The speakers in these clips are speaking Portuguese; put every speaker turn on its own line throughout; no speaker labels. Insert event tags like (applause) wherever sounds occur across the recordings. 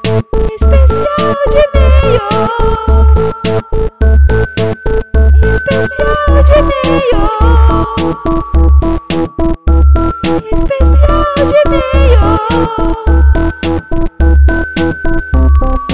Especial de meio. Especial de meio. Especial de meio.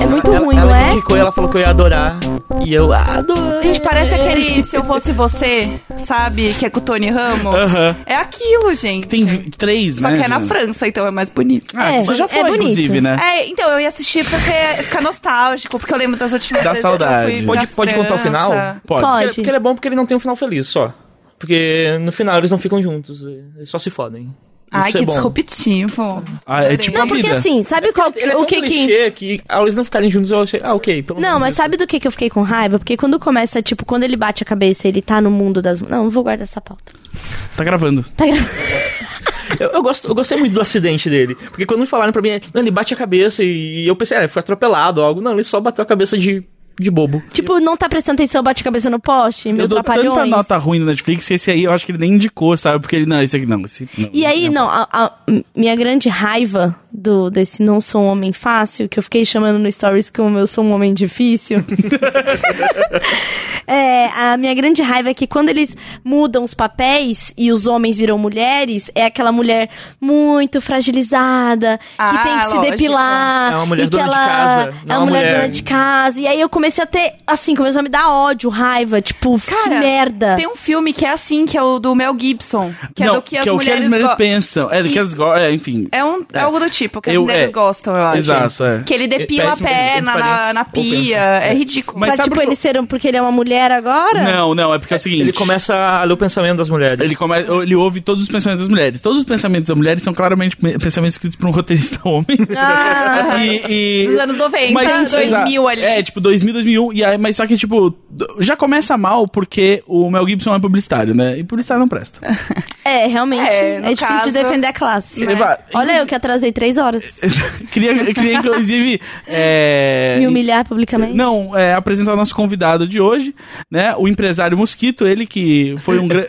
É muito
ela,
ruim,
ela
não
me
é?
indicou e ela falou que eu ia adorar. E eu
"Ah, É
adoro.
Gente, parece aquele Se Eu Fosse Você, sabe? Que é com o Tony Ramos.
Aham.
É aquilo, gente.
Tem vi- três,
Só
né?
que é na
gente?
França, então é mais bonito.
Ah,
É,
você já
é
foi,
bonito.
inclusive, né?
É, então eu ia assistir porque fica nostálgico, porque eu lembro das últimas
Dá
vezes que eu
saudade.
fui
Pode-
pra
pode contar o final?
França.
Pode.
Porque, porque ele é bom porque ele não tem um final feliz só. Porque no final eles não ficam juntos, é, eles só se fodem.
Ai,
Isso
que
é bom.
disruptivo.
Ah, é tipo
Não,
a
porque
vida.
assim, sabe qual,
Ele é
o
tão
que que...
clichê que ao eles não ficarem juntos, eu achei, ah, ok, pelo
Não,
menos
mas
isso.
sabe do que, que eu fiquei com raiva? Porque quando começa, tipo, quando ele bate a cabeça, ele tá no mundo das. Não, eu vou guardar essa pauta.
Tá gravando.
Tá gravando.
Eu, eu gosto, eu gostei muito do acidente dele. Porque quando falaram pra mim, é, não, ele bate a cabeça e eu pensei, ah, ele foi atropelado ou algo. Não, ele só bateu a cabeça de, de bobo.
tipo, não tá prestando atenção, bate a cabeça no poste, meu
Eu dou
trapalhões.
tanta nota ruim no Netflix que esse aí eu acho que ele nem indicou, sabe? Porque ele, não, esse aqui não. Esse, não
E aí, não, a, a- m- minha grande raiva do desse não sou um homem fácil, que eu fiquei chamando no Stories como eu sou um
(laughs)
homem difícil. é, a minha grande raiva é que quando eles mudam os papéis e os homens viram mulheres, é aquela mulher muito fragilizada, que
Ah,
tem que se
lógico.
depilar.
É uma mulher
e que
dona de
ela
casa,
É
não
uma
uma
mulher,
mulher-
dona de casa. E aí eu comecei a ter, assim, começou a me dar ódio, raiva, tipo, que
Cara,
merda.
Tem um filme que é assim, que é o do Mel Gibson. Que
não,
é do que as
é o que
mulheres
as mulheres
go-
pensam. É, do que as go- é, enfim.
É, um, é algo do tipo, que as
Eu-
mulheres
é.
gostam, eu acho.
Exato, é.
Que ele depila a
Péssimo,
perna
entre
na,
parênteses,
na
ou
pia.
pensa.
É ridículo.
Mas
pra,
sabe
tipo,
por-
ele ser um, porque ele é uma mulher agora?
Não, não, é porque é o seguinte.
Ele começa a ler o pensamento das mulheres.
Ele, come... ele ouve todos os pensamentos das mulheres. Todos os pensamentos das mulheres são claramente me- pensamentos escritos por um roteirista homem.
Ah,
E, e-
Dos anos 90, 2000 ali.
É, tipo, 2000, 2001. E aí, mas só que, tipo, já começa mal porque o Mel Gibson é publicitário, né? E publicitário não presta.
É, realmente. É,
É, no
difícil
caso-
de defender a classe.
Né? Eva,
Olha, eu que atrasei três horas.
(laughs) queria, eu queria, inclusive... é,
Me humilhar né? publicamente.
Não, é, apresentar o nosso convidado de hoje, né? O empresário Mosquito, ele que foi
(laughs)
um grande...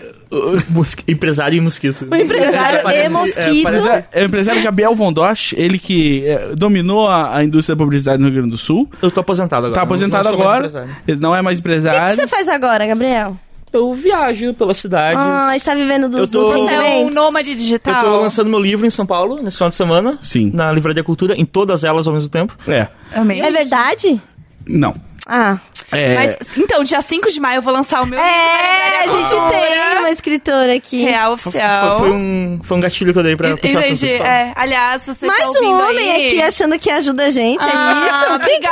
Mosqui- Empresário e mosquito.
O empresário de
Parece- é,
mosquito.
parece-
É o empresário Gabriel Vondosh, ele que é, dominou a, a indústria da publicidade no Rio Grande do Sul.
Eu tô aposentado agora.
Tá aposentado
Não sou mais
agora,
empresário.
ele não é mais
o que, que
empresário.
você faz agora, Gabriel?
Eu viajo pela
É
cidade.
Ah, está vivendo dos,
Eu tô-
dos
Você é um
rendimentos.
nômade
Eu
digital.
tô lançando meu livro em São Paulo nesse final de semana.
Sim.
Na Livraria Cultura, em todas elas ao mesmo tempo.
É,
Amei.
É verdade?
não.
Ah.
É,
Mas, então, dia 5 de maio eu vou lançar o meu
É, a
livro.
gente tem uma escritora aqui.
Real
Foi,
oficial.
foi um, foi um gatilho que eu dei pra
Em- em
puxar o
vez
assunto.
de-
pessoal.
é, aliás, se você tá
Mais um
ouvindo
homem
aí...
aqui achando que ajuda a gente. é
Ah,
isso? O que, que tá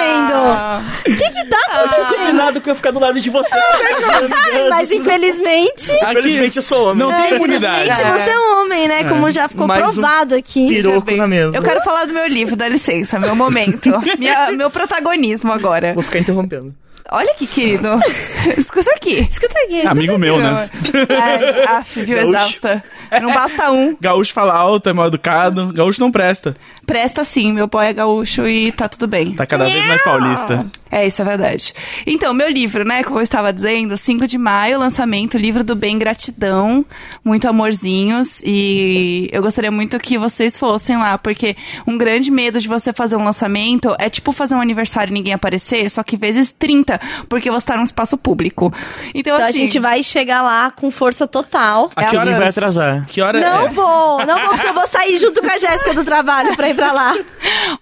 obrigada.
acontecendo? O que, que
Ah,
tá acontecendo?
Combinado que eu ia ficar do lado de você. né? Ai,
Mas infelizmente.
Infelizmente eu sou homem.
Não
É,
tem imunidade.
infelizmente
É.
você é um homem, né? Como já ficou
Mais um
provado aqui.
piru. Piroco na mesa.
Eu quero falar do meu livro, dá licença,
(laughs)
meu momento. Minha- meu protagonismo agora.
Vou ficar interrompendo.
Olha que
(laughs)
querido. Escuta aqui.
Escuta aqui.
Amigo meu, né?
Ai, af, viu,
Gaúcho.
exalta. Não basta um.
Gaúcho fala alto, é mal educado. Gaúcho não presta.
Presta sim, meu pó é gaúcho e tá tudo bem.
Tá cada vez mais paulista.
É, isso é verdade. Então, meu livro, né, como eu estava dizendo, 5 de maio, lançamento, livro do bem, gratidão, muito amorzinhos, e eu gostaria muito que vocês fossem lá, porque um grande medo de você fazer um lançamento é tipo fazer um aniversário e ninguém aparecer, só que vezes 30, porque você tá num espaço público. Então,
Então a
assim,
gente vai chegar lá com força total.
A
que horas- vai atrasar?
Que hora
Não
é?
vou, não vou, porque eu vou sair junto com a Jéssica do trabalho pra ir pra lá.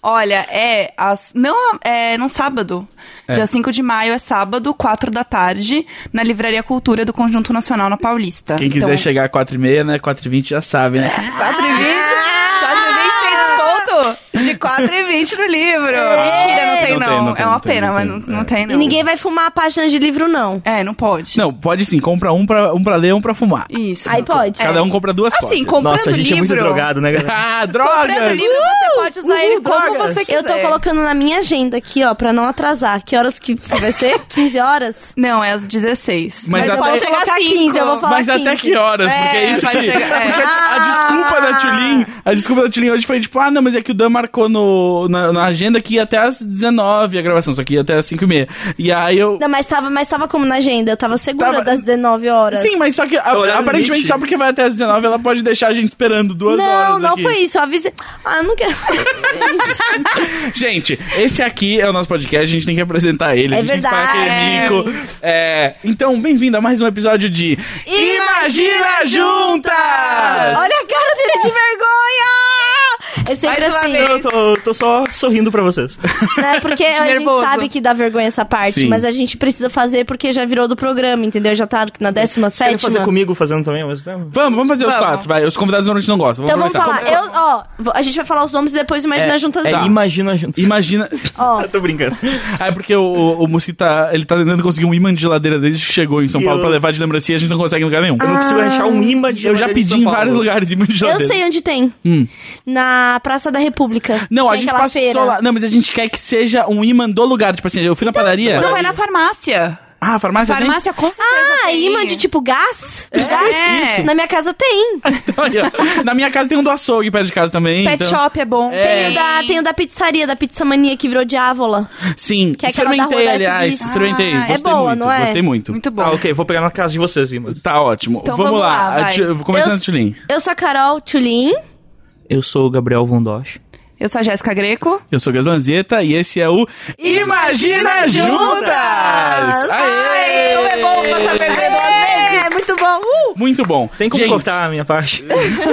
Olha, é, as, não é num sábado. Dia 5 de maio é sábado, 4 da tarde, na Livraria Cultura do Conjunto Nacional na Paulista.
Quem
Então,
quiser chegar às 4h30, né? 4h20 já sabe, né?
4 e 20?
Ah!
4 e 20 tem desconto de 4 e 20 no livro. Mentira, não tem
Não tem,
não.
não tem,
é uma
não tem,
pena,
não tem,
mas
é.
não, não tem não.
É. E ninguém vai fumar a página de livro, não.
É, não pode.
Não, pode sim, compra um pra, um pra ler um pra fumar.
Isso.
Aí pode.
Cada um compra duas
Assim,
cópias.
comprando
Nossa, a gente
livro...
é muito drogado, né, galera?
(laughs) Ah,
Comprando
droga!
livro, você pode usar ele Uh, como
drogas.
É.
você quiser.
Eu tô colocando na minha agenda aqui, ó, pra não atrasar. Que horas que vai
(laughs)
ser? 15 horas?
Não, é às 16.
Mas a-
eu
pode
vou
chegar
colocar
às
15, eu vou falar
Mas até
15.
que horas? Porque é
É,
isso que...
vai chegar- é.
Porque a, a desculpa da Tulin... A desculpa da Tulin hoje foi tipo... Ah, não, mas é que o Dan marcou no, na, na agenda que ia até às 9 a gravação, só que ia até as 5 e meia. E aí eu.
Não, mas tava, mas tava como na agenda? Eu tava segura
Tava-
das 19 horas.
Sim, mas só que a-
É horário
aparentemente
limite.
só porque vai até as 19 ela pode deixar a gente esperando duas horas.
Não, não
aqui.
foi isso. Eu avisei. Ah, eu não quero.
(laughs) Gente, esse aqui é o nosso podcast, a gente tem que apresentar ele. a
É
gente tem que parar
verdade.
com ridículo. É, então, bem-vindo a mais um episódio de Imagina Juntas!
(laughs) Olha a cara dele de vergonha! É sempre
Mais uma
assim.
vez.
Eu tô, tô só sorrindo pra vocês.
Né?
(laughs)
Porque a gente
nervoso.
sabe que dá vergonha essa parte,
Sim.
mas a gente precisa fazer porque já virou do programa, entendeu? Já tá na 17.
Querem fazer comigo fazendo também ao mesmo tempo?
Vamos, vamos fazer os
Vamos.
quatro, vai. Os convidados normalmente não gostam.
Então vamos
aproveitar.
falar. Eu, ó, vo- a gente vai falar os nomes e depois imagina juntas.
É,
Tá.
imagina juntos.
Imagina.
(laughs)
Ó,
Eu tô brincando.
Ah, é porque o, o, o Mosquita, ele tá tentando conseguir um imã de geladeira desde que chegou em São
E
Paulo
eu-
pra levar de lembrancinha e a gente não consegue em lugar nenhum.
Eu não consigo achar um imã de
Eu já pedi em vários lugares imã de
Ah. eu
geladeira.
sei onde tem. Na Praça da República.
Hum. Não, a
Tem
gente
aquela
passou
feira. Então,
lá. Não, mas a gente quer que seja um imã do lugar. Tipo assim, eu fui na padaria.
Não, vai na farmácia.
Ah, a farmácia, tem?
Farmácia com certeza.
Ah,
tem. É.
imã de tipo gás? Gás?
isso.
Na minha casa tem.
Olha, Na minha casa tem um do açougue perto de casa também.
Pet
então-
shop é bom.
Tem, o da, tem o da pizzaria, da pizza mania que virou diávola.
Sim,
Que é aquela da
experimentei,
rua da
aliás.
FB.
experimentei.
Ah, é
gostei
boa,
muito,
não é?
Gostei muito.
Muito bom.
Ah, ok, vou pegar na casa de vocês, imã.
Tá ótimo.
Então
vamos,
vamos
lá.
lá, vai.
A Ti- Começando,
Eu-
Tulin.
Eu sou a Carol Tulin.
Eu sou o Gabriel Vondosh.
Eu sou a Jéssica Greco.
Eu sou Gaslanzeta e esse é o Imagina Juntas! Aê!
Como é bom passar vergonha duas vezes.
É, muito bom. Uh!
Muito bom.
Tem como
gente,
cortar a minha parte?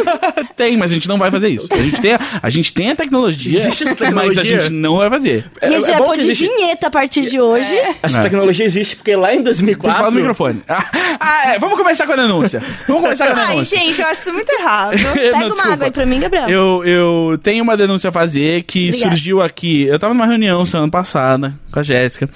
(laughs) Tem, mas a gente não vai fazer isso. A gente tem a, a gente tem a tecnologia,
Existe essa
mas a
tecnologia?
gente não vai fazer.
E a
é
gente já
bom que
pôde
existe-
vinheta a partir de hoje.
(laughs) Essa
É.
tecnologia existe porque lá em
Tem que
2004...
falar no microfone. Ah, ah, é, vamos começar com a denúncia. Vamos começar com a
Ai,
denúncia.
gente, eu acho isso muito errado.
(laughs) Não,
Pega uma
desculpa.
água aí pra mim, Gabriel.
Então.
Eu, eu tenho uma denúncia a fazer que
Obrigada.
surgiu aqui. Eu tava numa reunião semana passada com a Jéssica.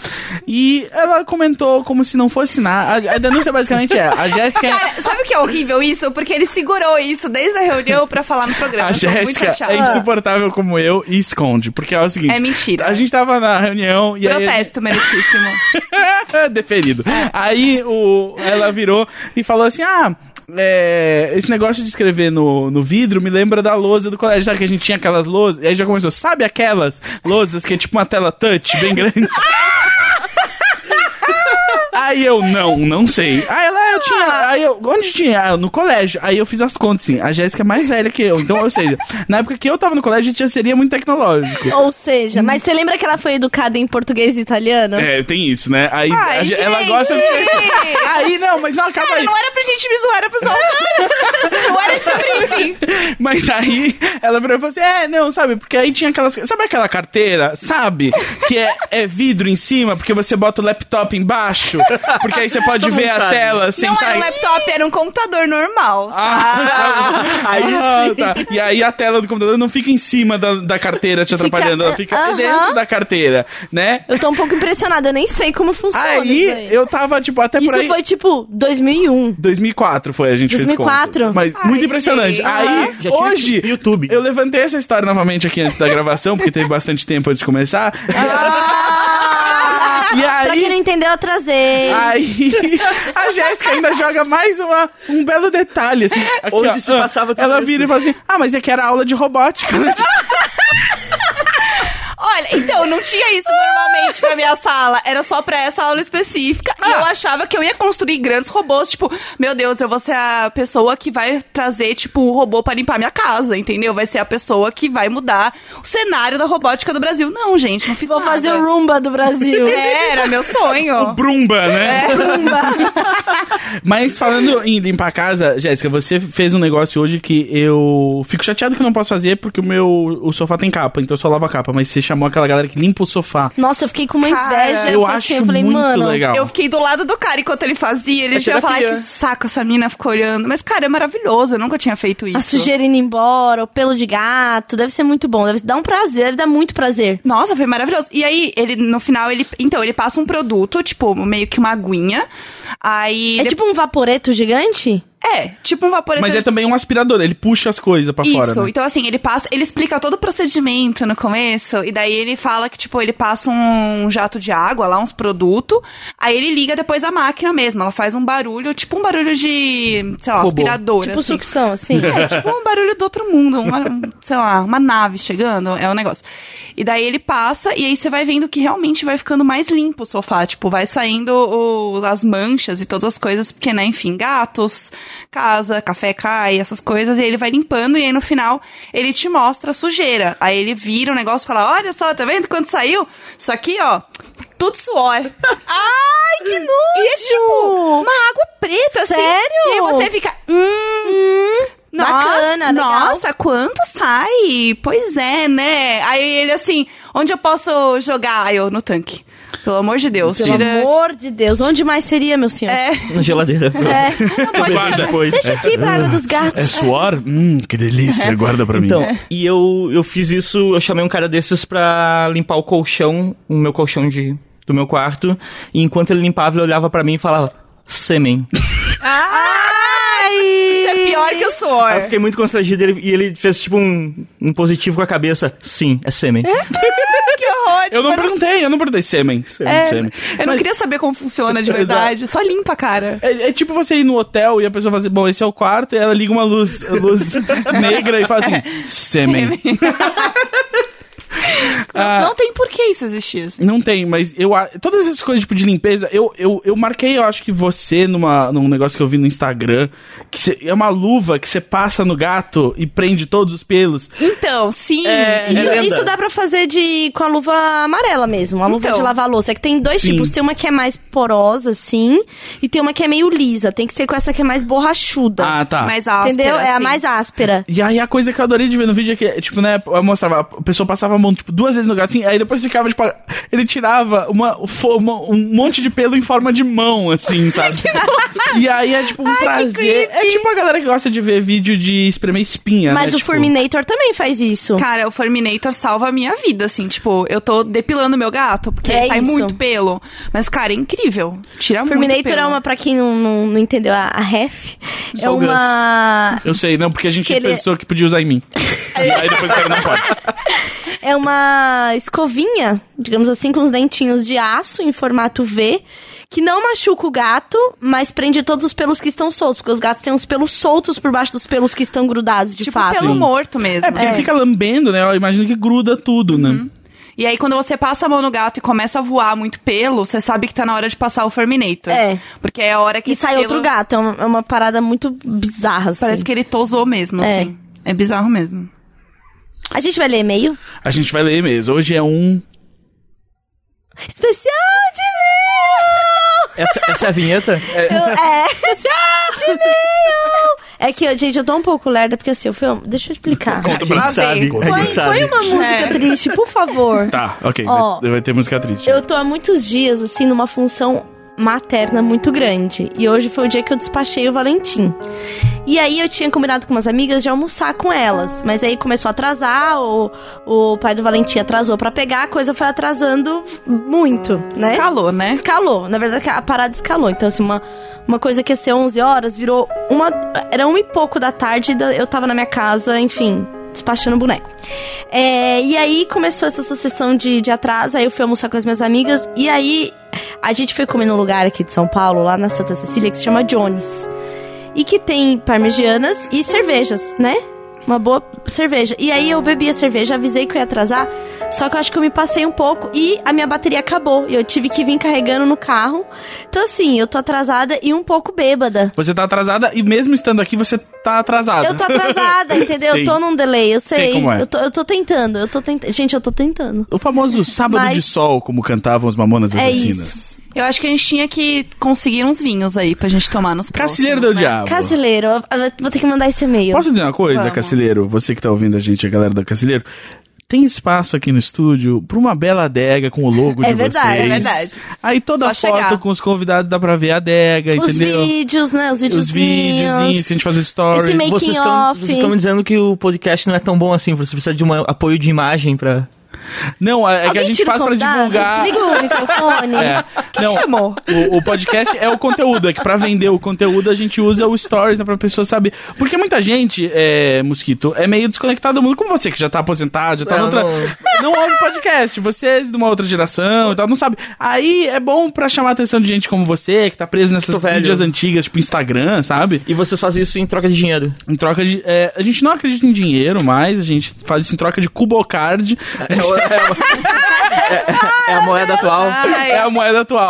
E ela comentou como se não fosse nada. A, a denúncia basicamente é: a Jéssica.
Cara, sabe o que é horrível isso? Porque ele segurou isso desde a reunião pra falar no programa.
A
Eu tô muito
Jéssica
chateada.
é insuportável como eu e esconde. Porque é o seguinte.
É mentira.
A gente tava na reunião e aí.
Protesto meritíssimo.
(laughs) Deferido. Aí o, ela virou e falou assim: Ah. é, esse negócio de escrever no, no vidro me lembra da lousa do colégio. Sabe que a gente tinha aquelas lousas? E aí já começou, sabe aquelas lousas que é tipo uma tela touch bem grande? (laughs) Aí eu, não, não sei. Aí ela, "Ah, eu tinha. Aí eu, onde tinha? Ah, no colégio. Aí eu fiz as contas, assim. A Jéssica é mais velha que eu. Então, ou seja, na época que eu tava no colégio, isso já seria muito tecnológico.
Ou seja, mas você lembra que ela foi educada em português e italiano?
É, tem isso, né? Aí
Ai,
(laughs) a Je- ela
gente!
gosta de. assim, Aí não, mas não acaba aí.
Não é- era pra gente me zoar, era pra zoar o
(laughs)
cara. Não era esse briefing.
Mas aí ela virou e falou assim: É, não, sabe? Porque aí tinha aquelas. Sabe aquela carteira, sabe? Que é, é vidro em cima, porque você bota o laptop embaixo. Porque aí você pode
Todo
ver
mundo
a
sabe.
tela sem
Não
tá
era um
(laughs) aí-
laptop, era um computador normal.
Ah,
aí
ah,
sim.
tá. (laughs) E aí a tela do computador não fica em cima da, da carteira te atrapalhando, ela fica
aham.
dentro da carteira, né?
Eu tô um pouco impressionada, eu nem sei como funciona
Aí
isso daí.
eu tava, tipo, até por
Isso
aí.
foi tipo 2001.
2004 foi, a gente fez
2004.
conta. Mas
Ai,
muito impressionante.
gente.
Aí,
Já tinha
hoje,
YouTube.
eu levantei essa história novamente aqui antes da gravação, porque teve bastante tempo antes de começar.
Ah!
e
Pra quem não
aí...
entendeu, eu trazei.
Aí a Jéssica ainda joga mais uma, um belo detalhe, assim. aqui,
Onde
ó.
se passava tudo
Ela
isso.
vira e fala assim: Ah, mas é que era aula de robótica. né?"
Olha, então, não tinha isso normalmente na minha sala. Era só pra essa aula específica. E
Ah.
eu achava que eu ia construir grandes robôs. Tipo, meu Deus, eu vou ser a pessoa que vai trazer, tipo, o robô pra limpar minha casa, entendeu? Vai ser a pessoa que vai mudar o cenário da robótica do Brasil. Não, gente, não fiz
Vou
nada.
fazer um o Roomba do
(laughs)
Brasil.
É, Era meu
(laughs)
sonho.
Brumba, né?
Roomba.
Mas falando em limpar a casa, Jéssica, você fez um negócio hoje que eu fico chateado que eu não posso fazer porque o meu o sofá tem capa, então eu só lavo a capa. Mas você chamou aquela galera que limpa o sofá.
Nossa, eu fiquei com uma inveja.
Cara,
eu
falei
acho
assim, eu falei,
muito
mano.
legal.
Eu fiquei do lado do cara enquanto ele fazia. Ele
É
já ia falar, "Ai,
terapia.
que saco, essa mina ficou olhando. Mas, cara, é maravilhoso. Eu nunca tinha feito isso.
A sujeira indo embora, o pelo de gato, deve ser muito bom. Deve dar um prazer, deve dar muito prazer.
Nossa, foi maravilhoso. E aí, ele, no final, ele. Então, ele passa um produto, tipo, meio que uma aguinha. Aí.
É
de-
tipo um vaporeto gigante?
É, tipo um vaporetor.
Mas é também um aspirador, ele puxa as coisas pra
Isso,
fora. né?
então assim, ele passa, ele explica todo o procedimento no começo, e daí ele fala que, tipo, ele passa um jato de água lá, uns produtos, aí ele liga depois a máquina mesmo, ela faz um barulho, tipo um barulho de, sei lá,
Robô.
aspiradora.
Tipo
assim.
sucção, assim. (laughs)
É, tipo um barulho do outro mundo, uma, um, sei lá, uma nave chegando, é um negócio. E daí ele passa, e aí você vai vendo que realmente vai ficando mais limpo o sofá, tipo, vai saindo o- as manchas e todas as coisas, porque, né, enfim, gatos, casa, café cai, essas coisas, e aí ele vai limpando, e aí no final ele te mostra a sujeira. Aí ele vira o negócio e fala, olha só, tá vendo quando saiu? Isso aqui, ó, tá tudo suor.
Ai, que nojo!
E é tipo uma água preta, assim.
Sério?
E aí você fica. Hum. nossa,
bacana, legal."
Nossa, quanto sai? Pois é, né? Aí ele assim, onde eu posso jogar? Aí eu, no tanque. Pelo amor de Deus.
Pelo
tira.
amor de Deus, onde mais seria, meu senhor?
É.
Na (laughs) geladeira.
É.
pode
Guarda.
jogar.
Depois.
Deixa aqui pra água dos
É
gatos.
suor? Hum, que delícia, guarda pra
Então,
mim.
e eu, eu fiz isso, eu chamei um cara desses pra limpar o colchão, o meu colchão de, do meu quarto, e enquanto ele limpava, ele olhava pra mim e falava, sêmen.
Ai!
Isso é pior que o
Aí eu
suor.
fiquei muito constrangido ele- e ele fez tipo um, um positivo com a cabeça. Sim, é sêmen.
que horror. tipo,
Eu não perguntei, eu não perguntei sêmen. Sêmen,
É,
sêmen.
eu não queria saber como funciona de verdade. Só limpa, cara.
É, é tipo você ir no hotel e a pessoa fala assim, bom, esse é o quarto, e ela liga uma luz, luz negra e fala assim, sêmen. Ah.
Não, não tem por que isso existir. assim.
Não tem, mas eu a- todas essas coisas tipo de limpeza, eu, eu, eu marquei, eu acho que você numa, num negócio que eu vi no Instagram, que cê- é uma luva que você passa no gato e prende todos os pelos.
Então, sim.
É,
Isso-
lenda.
Isso dá pra fazer de com a luva amarela mesmo, uma luva
Então.
de lavar louça. É que tem dois
Sim.
tipos, tem uma que é mais porosa, assim, e tem uma que é meio lisa. Tem que ser com essa que é mais borrachuda.
Ah, tá.
Mais áspera,
entendeu? É a
assim.
mais áspera.
E aí a coisa que eu adorei de ver no vídeo é que, tipo, né, eu mostrava, a pessoa passava a mão, tipo, duas vezes no gato, assim, aí depois ficava, tipo, ele tirava uma, fo- uma- um monte de pelo em forma de mão,
(laughs)
assim, sabe? e aí é, tipo, um prazer. É tipo a galera que gosta de ver vídeo de espremer espinha,
Mas
né?
o
tipo,
Furminator também faz isso.
Cara, o Forminator salva a minha vida, assim. Tipo, eu tô depilando meu gato, porque
É
sai
isso.
muito pelo. Mas, cara, é incrível. Tira muito
Furminator
pelo.
é uma, pra quem não, não, não entendeu a, a ref, é
Só o Gus.
uma,
Eu sei, não, porque a gente
Que ele-
pensou que podia usar em mim. e aí depois cara não
(laughs)
pode.
é uma escovinha, digamos assim, com os dentinhos de aço em formato V, que não machuca o gato, mas prende todos os pelos que estão soltos, porque os gatos têm uns pelos soltos por baixo dos pelos que estão grudados, de
Tipo,
fato.
pelo morto mesmo.
É, porque ele fica lambendo, né? Eu imagino que gruda tudo, né?
Uhum.
E aí, quando você passa a mão no gato e começa a voar muito pelo, você sabe que tá na hora de passar o Forminator.
É.
Porque é a hora que
E
esse
sai
pelo-
outro gato, é uma, é uma parada muito bizarra, assim.
Parece que ele tosou mesmo,
É.
assim. É bizarro mesmo.
A gente vai ler e-mail?
A gente vai ler mesmo. Hoje é um.
Especial de
Essa, essa é a vinheta?
(laughs)
e-mail! Eu- É, especial de e-mail! É que, gente, eu tô um pouco lerda, porque assim, eu fui... Deixa eu explicar.
A gente sabe.
vem.
A gente
Põe,
sabe.
põe uma música
É.
triste, por favor.
Tá, ok.
Ó,
vai, vai ter música triste.
Eu tô há muitos dias, assim, numa função materna muito grande. E hoje foi o dia que eu despachei o Valentim. E aí eu tinha combinado com umas amigas de almoçar com elas. Mas aí começou a atrasar, o, o pai do Valentim atrasou pra pegar, a coisa foi atrasando muito, né?
Escalou, né?
Escalou. Na verdade, a parada escalou. Então, assim, uma, uma coisa que ia ser 11 horas virou uma. Era uma e pouco da tarde, da- eu tava na minha casa, enfim, despachando boneco. É, e aí começou essa sucessão de, de atraso. Aí eu fui almoçar com as minhas amigas. E aí a gente foi comer num lugar aqui de São Paulo, lá na Santa Cecília, que se chama Jones. E que tem parmegianas e cervejas, né? Uma boa cerveja. E aí eu bebi a cerveja, avisei que eu ia atrasar, só que eu acho que eu me passei um pouco e a minha bateria acabou. E eu tive que vir carregando no carro. Então, assim, eu tô atrasada e um pouco bêbada.
Você tá atrasada e mesmo estando aqui, você tá atrasada.
Eu tô atrasada, entendeu?
Sim.
Eu tô num delay, eu sei.
Sei como é. Tá
eu, tô, eu tô tentando, eu tô tentando. Gente, eu tô tentando.
(laughs) O famoso sábado
Mas-
de sol, como cantavam os mamonas
É
assassinas.
Eu acho que a gente tinha que conseguir uns vinhos aí pra gente tomar nos
Cacilheiro
próximos,
do
né?
Diabo.
Casileiro, eu- eu vou ter que mandar esse e-mail.
Posso dizer uma coisa,
Vamos.
Cacilheiro? Você que tá ouvindo a gente, a galera da Cacilheiro. Tem espaço aqui no estúdio pra uma bela adega com o logo
É
de
verdade,
vocês.
é verdade.
Aí toda
Só
a foto
chegar.
com os convidados dá pra ver a adega,
Os
entendeu?
vídeos, né? Os videozinhos.
Os videozinhos, que a gente faz stories.
Esse making
Vocês estão
off.
vocês estão me dizendo que o podcast não é tão bom assim, você precisa de um apoio de imagem pra
Não, é que a
Alguém
gente
tira o
faz pra
convidado?
divulgar.
Desliga o microfone.
(laughs) É. Não,
chamou?
O, o podcast é o conteúdo, é que pra vender o conteúdo a gente usa o stories, né, pra pessoa saber. Porque muita gente, é, Mosquito, é meio desconectada do mundo, como você, que já tá aposentado, já tá
Eu
na outra. Não...
não-
ouve podcast, você é de uma outra geração e tal, não sabe. Aí é bom pra chamar a atenção de gente como você, que tá preso
tô
nessas
velho.
mídias antigas, tipo Instagram, sabe?
E vocês fazem isso em troca de dinheiro.
Em troca de. é, a gente não acredita em dinheiro mais, a gente faz isso em troca de Cubocard.
É, o- é o- é- é a moeda atual.
Ai,
(laughs) É a moeda atual.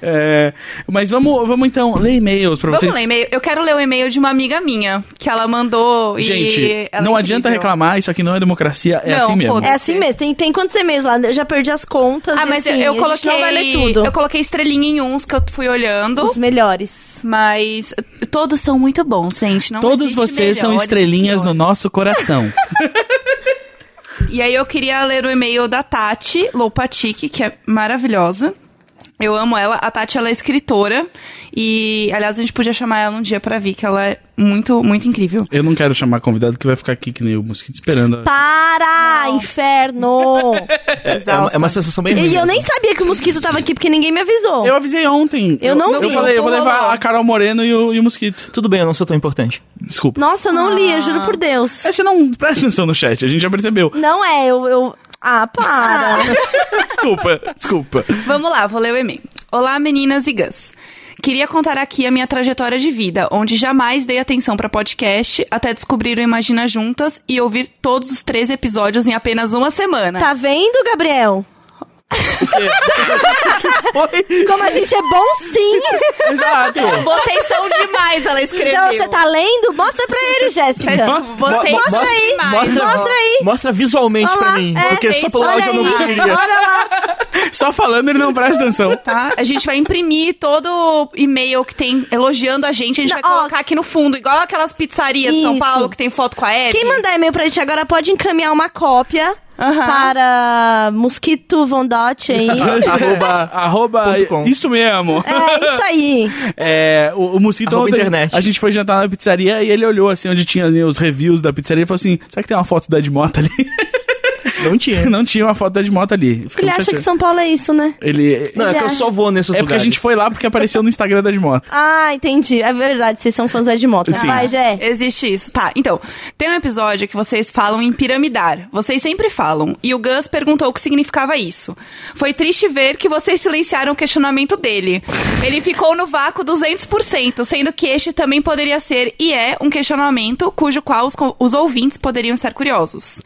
É, mas vamos, vamos então ler e-mails pra
Vamos
vocês.
ler e-mail. Eu quero ler o e-mail de uma amiga minha, que ela mandou e
Gente,
ela é
não adianta
incrível.
reclamar, isso aqui não é democracia, é
Não,
assim mesmo.
foda.
É assim mesmo. Tem, tem quantos e-mails lá? Eu já perdi as contas.
Ah,
e
mas
assim,
eu
A gente
coloquei.
não vai ler tudo.
Eu coloquei estrelinha em uns que eu fui olhando.
Os melhores.
Mas todos são muito bons, gente. Não
Todos
existe
vocês são
melhores
estrelinhas
que
no
(laughs)
nosso coração.
E aí eu queria ler o e-mail da Tati Lopatic, que é maravilhosa. Eu amo ela. A Tati, ela é escritora. E, aliás, a gente podia chamar ela um dia pra vir, que ela é muito, muito incrível.
Eu não quero chamar convidado que vai ficar aqui que nem o mosquito esperando.
Tá Para,
(laughs)
inferno!
É, uma- é uma sensação bem ruim.
e eu
mesmo.
nem sabia que o mosquito tava aqui, porque ninguém me avisou.
Eu avisei ontem.
Eu não
Eu
vi.
falei, eu vou
Não, não,
levar
não.
a Carol Moreno e o, e o mosquito.
Tudo bem, eu não sou tão importante.
Desculpa.
Nossa, eu não li, eu juro por Deus.
É, você não presta atenção no chat, a gente já percebeu.
Não é, eu. eu... Ah, para!
(laughs)
Desculpa, desculpa.
Vamos lá, vou ler o e-mail. Olá, meninas e gãs. Queria contar aqui a minha trajetória de vida, onde jamais dei atenção pra podcast até descobrir o Imagina Juntas e ouvir todos os três episódios em apenas uma semana.
Tá
(laughs)
vendo, Gabriel? Como a gente é bom sim!
Exato.
(laughs)
Vocês são demais, ela escreveu.
Então você tá lendo? Mostra pra ele, Jéssica.
Vocês
Mo-
são
mostra
aí,
tá demais.
Mostra,
é Mostra aí.
Mostra visualmente
Olha
pra
lá,
mim.
é,
porque só
vocês-
pelo
Olha
áudio
aí,
eu não conseguiria.
olha lá.
Só falando ele não presta atenção.
tá? A gente vai imprimir todo e-mail que tem elogiando a gente, a gente
Não,
vai
ó.
colocar aqui no fundo, igual aquelas pizzarias de São
Isso.
Paulo que tem foto com a Hebe.
Quem mandar e-mail pra gente agora pode encaminhar uma cópia
Aham.
para Mosquito Vondote aí.
Arroba-
Arroba.
ponto com.
Isso mesmo.
É isso aí.
É, o, o mosquito
Arroba
ontem,
internet.
a gente foi jantar na pizzaria e ele olhou assim onde tinha né, os reviews da pizzaria e falou assim: será que tem uma foto do Edmota ali?
Não tinha.
(laughs) Não tinha uma foto do Edmota ali. Fiquei
Ele acha que
chateado.
São Paulo é isso, né?
Ele.
Não, é que eu só vou nesses
é porque a
lugares.
gente foi lá porque apareceu no Instagram da Edmota.
Ah, entendi. É verdade, vocês são fãs do Edmota.
Sim.
Vai, Jé.
Existe isso, tá. Então, tem um episódio que vocês falam em piramidar. Vocês sempre falam. E o Gus perguntou o que significava isso. Foi triste ver que vocês silenciaram o questionamento dele. Ele ficou no vácuo 200%, sendo que este também poderia ser e é um questionamento cujo qual os, co- os ouvintes poderiam estar curiosos.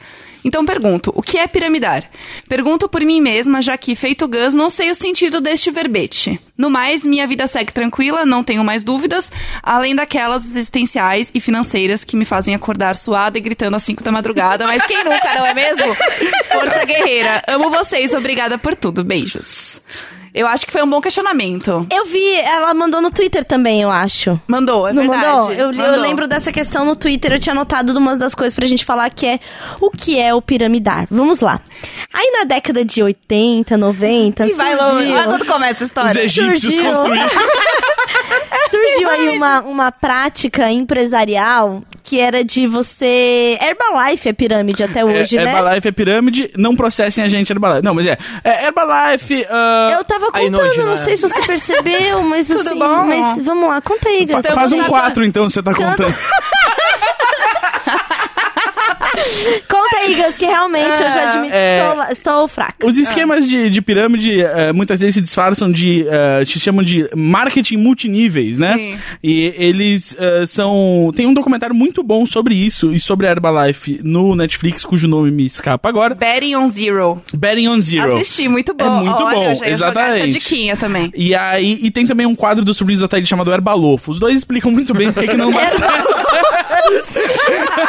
Então pergunto, o que é piramidar? Pergunto por mim mesma, já que, feito Gus, não sei o sentido deste verbete. No mais, minha vida segue tranquila, não tenho mais dúvidas, além daquelas existenciais e financeiras que me fazem acordar suada e gritando às 5 da madrugada, mas quem nunca, não é mesmo? Força guerreira, amo vocês, obrigada por tudo, beijos. Eu acho que foi um bom questionamento.
Eu vi, ela mandou no Twitter também, eu acho.
Mandou, é
Não
verdade.
mandou? Eu, eu
Mandou.
lembro dessa questão no Twitter, eu tinha anotado de uma das coisas pra gente falar que é o que é o piramidar. Vamos lá. Aí na década de 80, 90,
E vai longe,
surgiu,
olha quando começa a
Os
história.
egípcios
surgiu. (laughs)
construíram.
surgiu aí uma, uma prática empresarial que era de você... Herbalife é pirâmide até hoje,
É,
né?
Herbalife é pirâmide, não processem a gente, Herbalife. Não, mas é. é Herbalife. ah,
Eu tava
Aí
contando,
nojo,
não
né?
sei se você percebeu, mas
Tudo
assim...
bom?
Mas vamos lá, conta aí,
fa-
Gastão.
faz um
Conta-
4 então, você tá
Canta-
contando.
Conta aí, Gus, que realmente eu já admito
é.
que estou, lá- estou fraca.
Os esquemas de, de pirâmide eh, muitas vezes se disfarçam de. eh, se chamam de marketing multiníveis, né?
Sim.
E eles eh, são. Tem um documentário muito bom sobre isso e sobre a Herbalife no Netflix, cujo nome me escapa agora.
Betting on Zero.
Betting on Zero.
Assisti, muito bom.
É muito
Olha,
bom,
eu já ia jogar
exatamente.
Essa diquinha
(laughs)
também.
E aí, e tem também um quadro dos sobrinhos da Thaís chamado Herbalofo. Os dois explicam muito bem porque que não dá certo.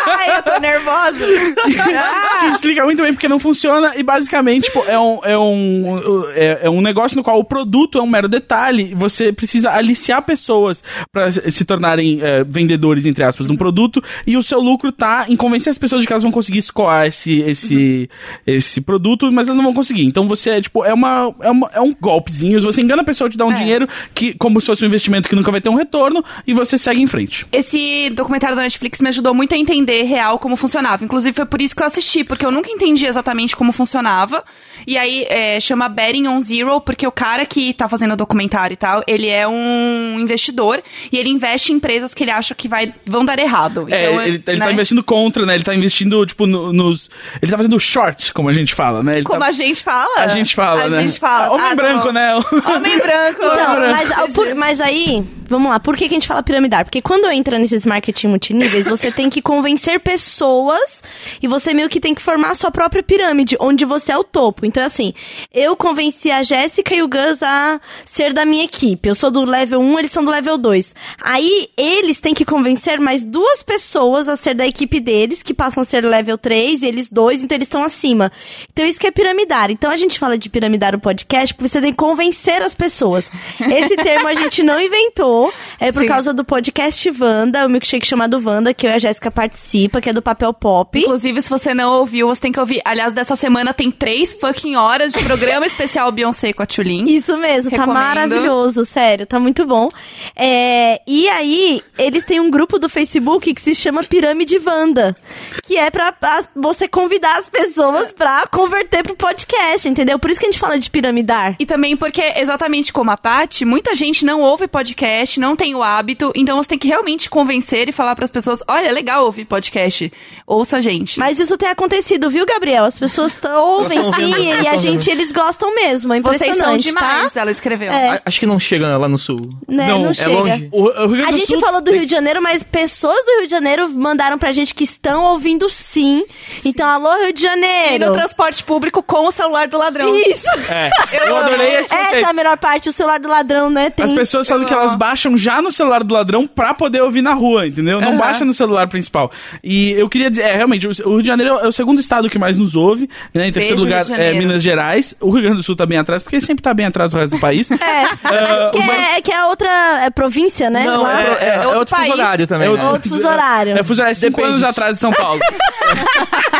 Ai, Ah, eu tô nervosa.
(laughs) Explica muito bem porque não funciona e basicamente tipo, é, um, é, um, é, é um negócio no qual o produto é um mero detalhe. e Você precisa aliciar pessoas para se tornarem eh, vendedores, entre aspas, de um produto. E o seu lucro tá em convencer as pessoas de que elas vão conseguir escoar esse, esse, esse produto, mas elas não vão conseguir. Então você é tipo, é, uma, é, uma- é um golpezinho. Você engana a pessoa de dar um
É.
dinheiro que, como se fosse um investimento que nunca vai ter um retorno, e você segue em frente.
Esse documentário da Netflix me ajudou muito a entender real como funcionava. Inclusive, foi por isso que eu eu assisti, porque eu nunca entendi exatamente como funcionava. E aí é, chama Betting on Zero, porque o cara que tá fazendo o documentário e tal, ele é um investidor e ele investe em empresas que ele acha que vai, vão dar errado.
É,
Então,
ele, ele
né?
tá investindo contra, né? Ele tá investindo, tipo, no- nos. Ele tá fazendo short, como a gente fala, né? Ele
Como
tá-
a gente fala?
a gente fala,
A
né?
gente fala.
Homem
Ah, tá
branco,
bom.
né? (laughs)
Homem branco.
Então,
homem
mas, ah,
branco.
por- mas aí, vamos lá, por que, que a gente fala piramidar? Porque quando entra nesses marketing multiníveis, você tem que convencer pessoas e você meio que tem que formar a sua própria pirâmide, onde você é o topo. Então, assim, eu convenci a Jéssica e o Gus a ser da minha equipe. Eu sou do level 1, eles são do level 2. Aí, eles têm que convencer mais duas pessoas a ser da equipe deles, que passam a ser level 3, e eles dois, então eles estão acima. Então, isso que é piramidar. Então, a gente fala de piramidar o podcast porque você tem que convencer as pessoas. Esse termo a gente não inventou, é por
Sim.
causa do podcast Wanda, o milkshake chamado Wanda, que eu e a Jéssica participa, que é do Papel Pop.
Inclusive, se você não ouviu, você tem que ouvir. Aliás, dessa semana tem três fucking horas de
(laughs)
programa especial Beyoncé com a Tulin.
Isso mesmo, tá
Recomendo.
maravilhoso, sério, tá muito bom. É, e aí, eles têm um grupo do Facebook que se chama Pirâmide Wanda, que é pra, pra você convidar as pessoas pra converter pro podcast, entendeu? Por isso que a gente fala de piramidar.
E também porque, exatamente como a Tati, muita gente não ouve podcast, não tem o hábito, então você tem que realmente convencer e falar pras pessoas: olha, é legal ouvir podcast, ouça a gente.
Mas isso tem acontecido, viu, Gabriel? As pessoas tão- ouvem
Elas tão
sim
ouvindo, elas
e a
tão
gente, eles gostam mesmo. É
Vocês
impressionante,
são demais,
tá?
ela escreveu.
É.
A- Acho que não chega lá no sul.
Né, não,
é
chega.
longe.
O, o Rio Grande
A
do
gente
Sul
falou do Rio de Janeiro, mas pessoas do Rio de Janeiro mandaram pra gente que estão ouvindo sim. Então, alô, Rio de
E
Janeiro! Então,
no transporte público com o celular do ladrão.
Isso!
É, eu adorei esse
Essa é
conceito.
a melhor parte, o celular do ladrão, né? Tem...
As pessoas falam que elas baixam já no celular do ladrão pra poder ouvir na rua, entendeu? Não
Aham.
baixa no celular principal. E eu queria dizer, é, realmente, o o Rio de Janeiro é o segundo estado que mais nos ouve, né? Em terceiro
Beijo,
lugar
Rio de
é
Janeiro.
Minas Gerais. O Rio Grande do Sul tá bem atrás, porque sempre tá bem atrás do resto
(laughs)
do país.
É,
Ah,
que,
mas-
é, que é outra é, província, né?
Não,
Lá.
é, é- é
outro
outro fuso
país.
horário também.
É outro-
né?
Outro fuso horário.
É, fuso horário é cinco
Depende.
anos atrás de São
(laughs)
Paulo.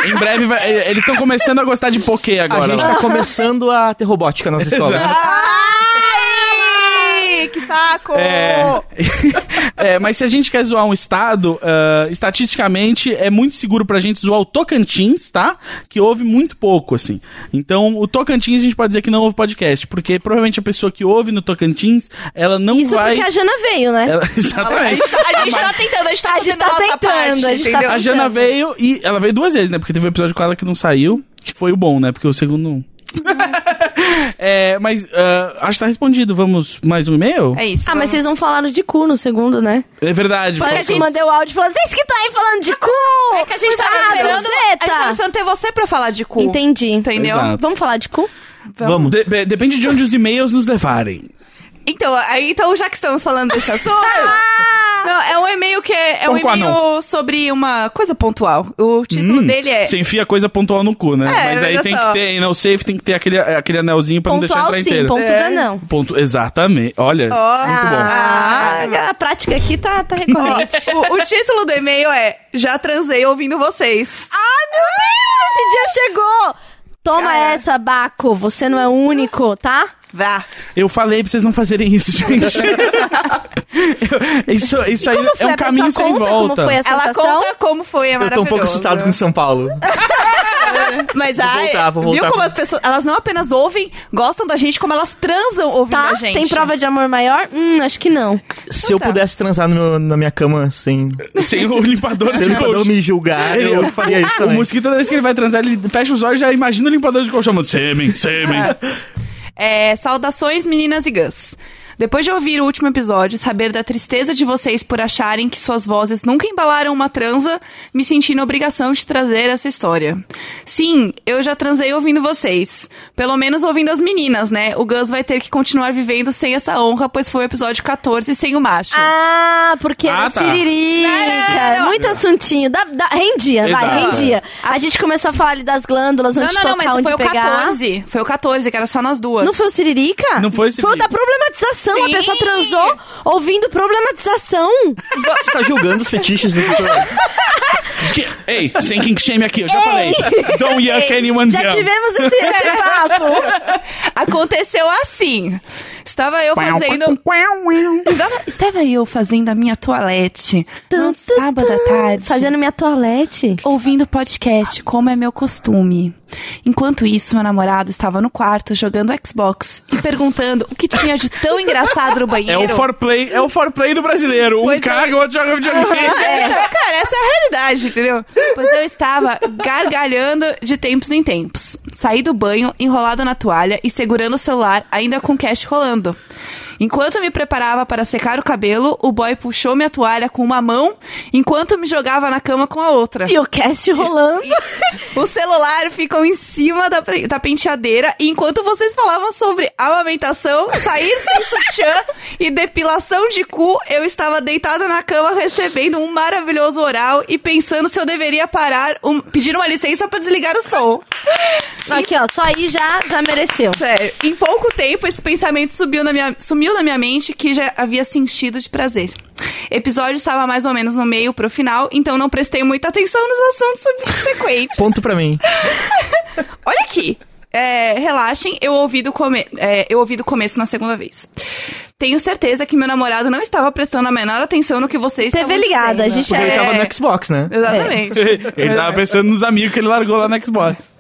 em breve, vai- é, eles estão começando a gostar de poké
A
agora.
gente
lá.
tá começando a ter robótica (laughs) na nossa escola.
Exato. (laughs)
Ai, que saco!
É, É, mas se a gente quer zoar um estado, ah, estatisticamente é muito seguro pra gente zoar o Tocantins, tá? Que ouve muito pouco, assim. Então, o Tocantins a gente pode dizer que não ouve podcast, porque provavelmente a pessoa que ouve no Tocantins, ela não
Isso
vai.
porque a Jana veio, né?
(laughs) Ela-
A
(laughs) Exatamente.
gente, tá- a gente tá tentando, a gente tá
A gente
fazendo
tá
nossa
tentando,
parte,
a gente tá
entendeu?
A Jana veio e. Ela veio duas vezes, né? Porque teve um episódio com ela que não saiu, que foi o bom, né? Porque o segundo.
(laughs)
não. é, mas ah, acho que tá respondido. Vamos mais um e-mail?
É isso.
Ah,
vamos-
mas vocês não falaram de cu no segundo, né?
É, verdade.
Só que a
Faltou.
gente mandei o áudio e falou, vocês que tá aí falando de cu!
É que a gente tava
Cuidado,
esperando. A gente tava
Zeta!"
esperando ter você pra falar de cu.
Ah, Entendi.
Entendeu?
Exato.
Vamos falar de cu?
Vamos.
De- de- depende de onde os e-mails nos levarem.
Então, aí, então, já que estamos falando
(laughs)
desse assunto. Não, é um e-mail que é, é um
Porco
e-mail sobre uma coisa pontual. O título
Hum,
dele é.
Você enfia coisa pontual no cu,
É,
né? Mas aí
olha
tem
só.
que ter, em no safe tem que ter aquele, aquele anelzinho pra não deixar
Pontual
entrar
sim,
inteiro. É.
pontuda
É.
não.
Ponto, exatamente. Olha, muito bom.
Ah, a prática aqui tá, tá recorrente.
Ó, o, o título do e-mail é Já transei ouvindo vocês.
Ah, meu Deus! Esse dia chegou! Toma
Cara.
essa, Baco. Você não é único, tá?
Vá.
Eu falei pra vocês não fazerem
(laughs)
isso, gente. (laughs) Eu- isso isso aí
Como foi
é um
a
caminho
pessoa
sem
conta
volta.
Como foi a
Ela
sensação?
conta como foi, é
Eu tô um
maravilhoso. É.
pouco assustado com São Paulo. (laughs)
Mas
Vou
ai,
voltar, vou
viu
voltar.
como as pessoas, elas não apenas ouvem, gostam da gente, como elas transam ouvindo
Tá?
a gente.
Tem prova de amor maior? Hum, acho que não.
Se eu
tá.
pudesse transar no meu- na minha cama sem,
Sem o limpador
sem o
de
limpador
colchão.
me julgar,
Ele-
eu faria isso
O
também.
mosquito, toda vez que ele vai transar, ele fecha os olhos e já imagina o limpador de colchão. mano, Sêmen, sêmen.
É, saudações, meninas e gãs. Depois de ouvir o último episódio, e saber da tristeza de vocês por acharem que suas vozes nunca embalaram uma transa, me senti na obrigação de trazer essa história. Sim, eu já transei ouvindo vocês. Pelo menos ouvindo as meninas, né? O Gus vai ter que continuar vivendo sem essa honra, pois foi o episódio 14 sem o macho.
Ah, porque
Ah,
era
tá.
siririca. Muito assuntinho. Dá, dá- rendia, vai,
Exato.
rendia. A gente começou a falar ali das glândulas,
É. não,
onde
não,
tocar,
não, mas
onde
foi o
pegar.
14. Foi o 14, que era só nós duas.
Não foi o Siririca?
Não foi o
Foi o da
Siririca.
problematização. A
Sim.
pessoa transou ouvindo problematização.
Você tá julgando os fetiches do
Que- Ei, sem kink shame aqui, eu já falei. Don't yuck anyone's
Já
(laughs) yum.
tivemos esse, esse papo.
Aconteceu assim. Estava eu
é um
fazendo. Estava, estava eu fazendo a minha toalete no sábado à tarde.
Fazendo
(laughs)
minha toalete.
Ouvindo podcast, como é meu costume. Enquanto isso, meu namorado estava no quarto jogando Xbox e perguntando o que tinha de tão engraçado no
É
banheiro.
o foreplay, é o foreplay do brasileiro. Um
Pois é.
caga, o outro joga videogame.
É, então, cara, essa é a realidade, entendeu? Pois eu estava gargalhando de tempos em tempos. Saí do banho, enrolada na toalha e segurando o celular, ainda com o cash rolando. Enquanto eu me preparava para secar o cabelo, o boy puxou minha toalha com uma mão, enquanto me jogava na cama com a outra.
E o cast rolando.
O celular ficou em cima da, pre- da penteadeira e enquanto vocês falavam sobre amamentação, sair sem sutiã e depilação de cu, eu estava deitada na cama recebendo um maravilhoso oral e pensando se eu deveria parar, um- pedir uma licença para desligar o som.
Aqui, ó, só aí já, já mereceu.
Sério, em pouco tempo esse pensamento subiu na minha, sumiu na minha mente que já havia sentido de prazer. Episódio estava mais ou menos no meio pro final, então não prestei muita atenção nos assuntos subsequentes.
Ponto pra mim.
Olha aqui. É, relaxem, eu ouvi, do come- é, eu ouvi do começo na segunda vez. Tenho certeza que meu namorado não estava prestando a menor atenção no que vocês
TV
estavam
ligada, a
dizendo.
gente
Porque ele
é-
tava no Xbox, né?
(laughs) Exatamente.
Ele tava pensando nos amigos que ele largou lá no Xbox.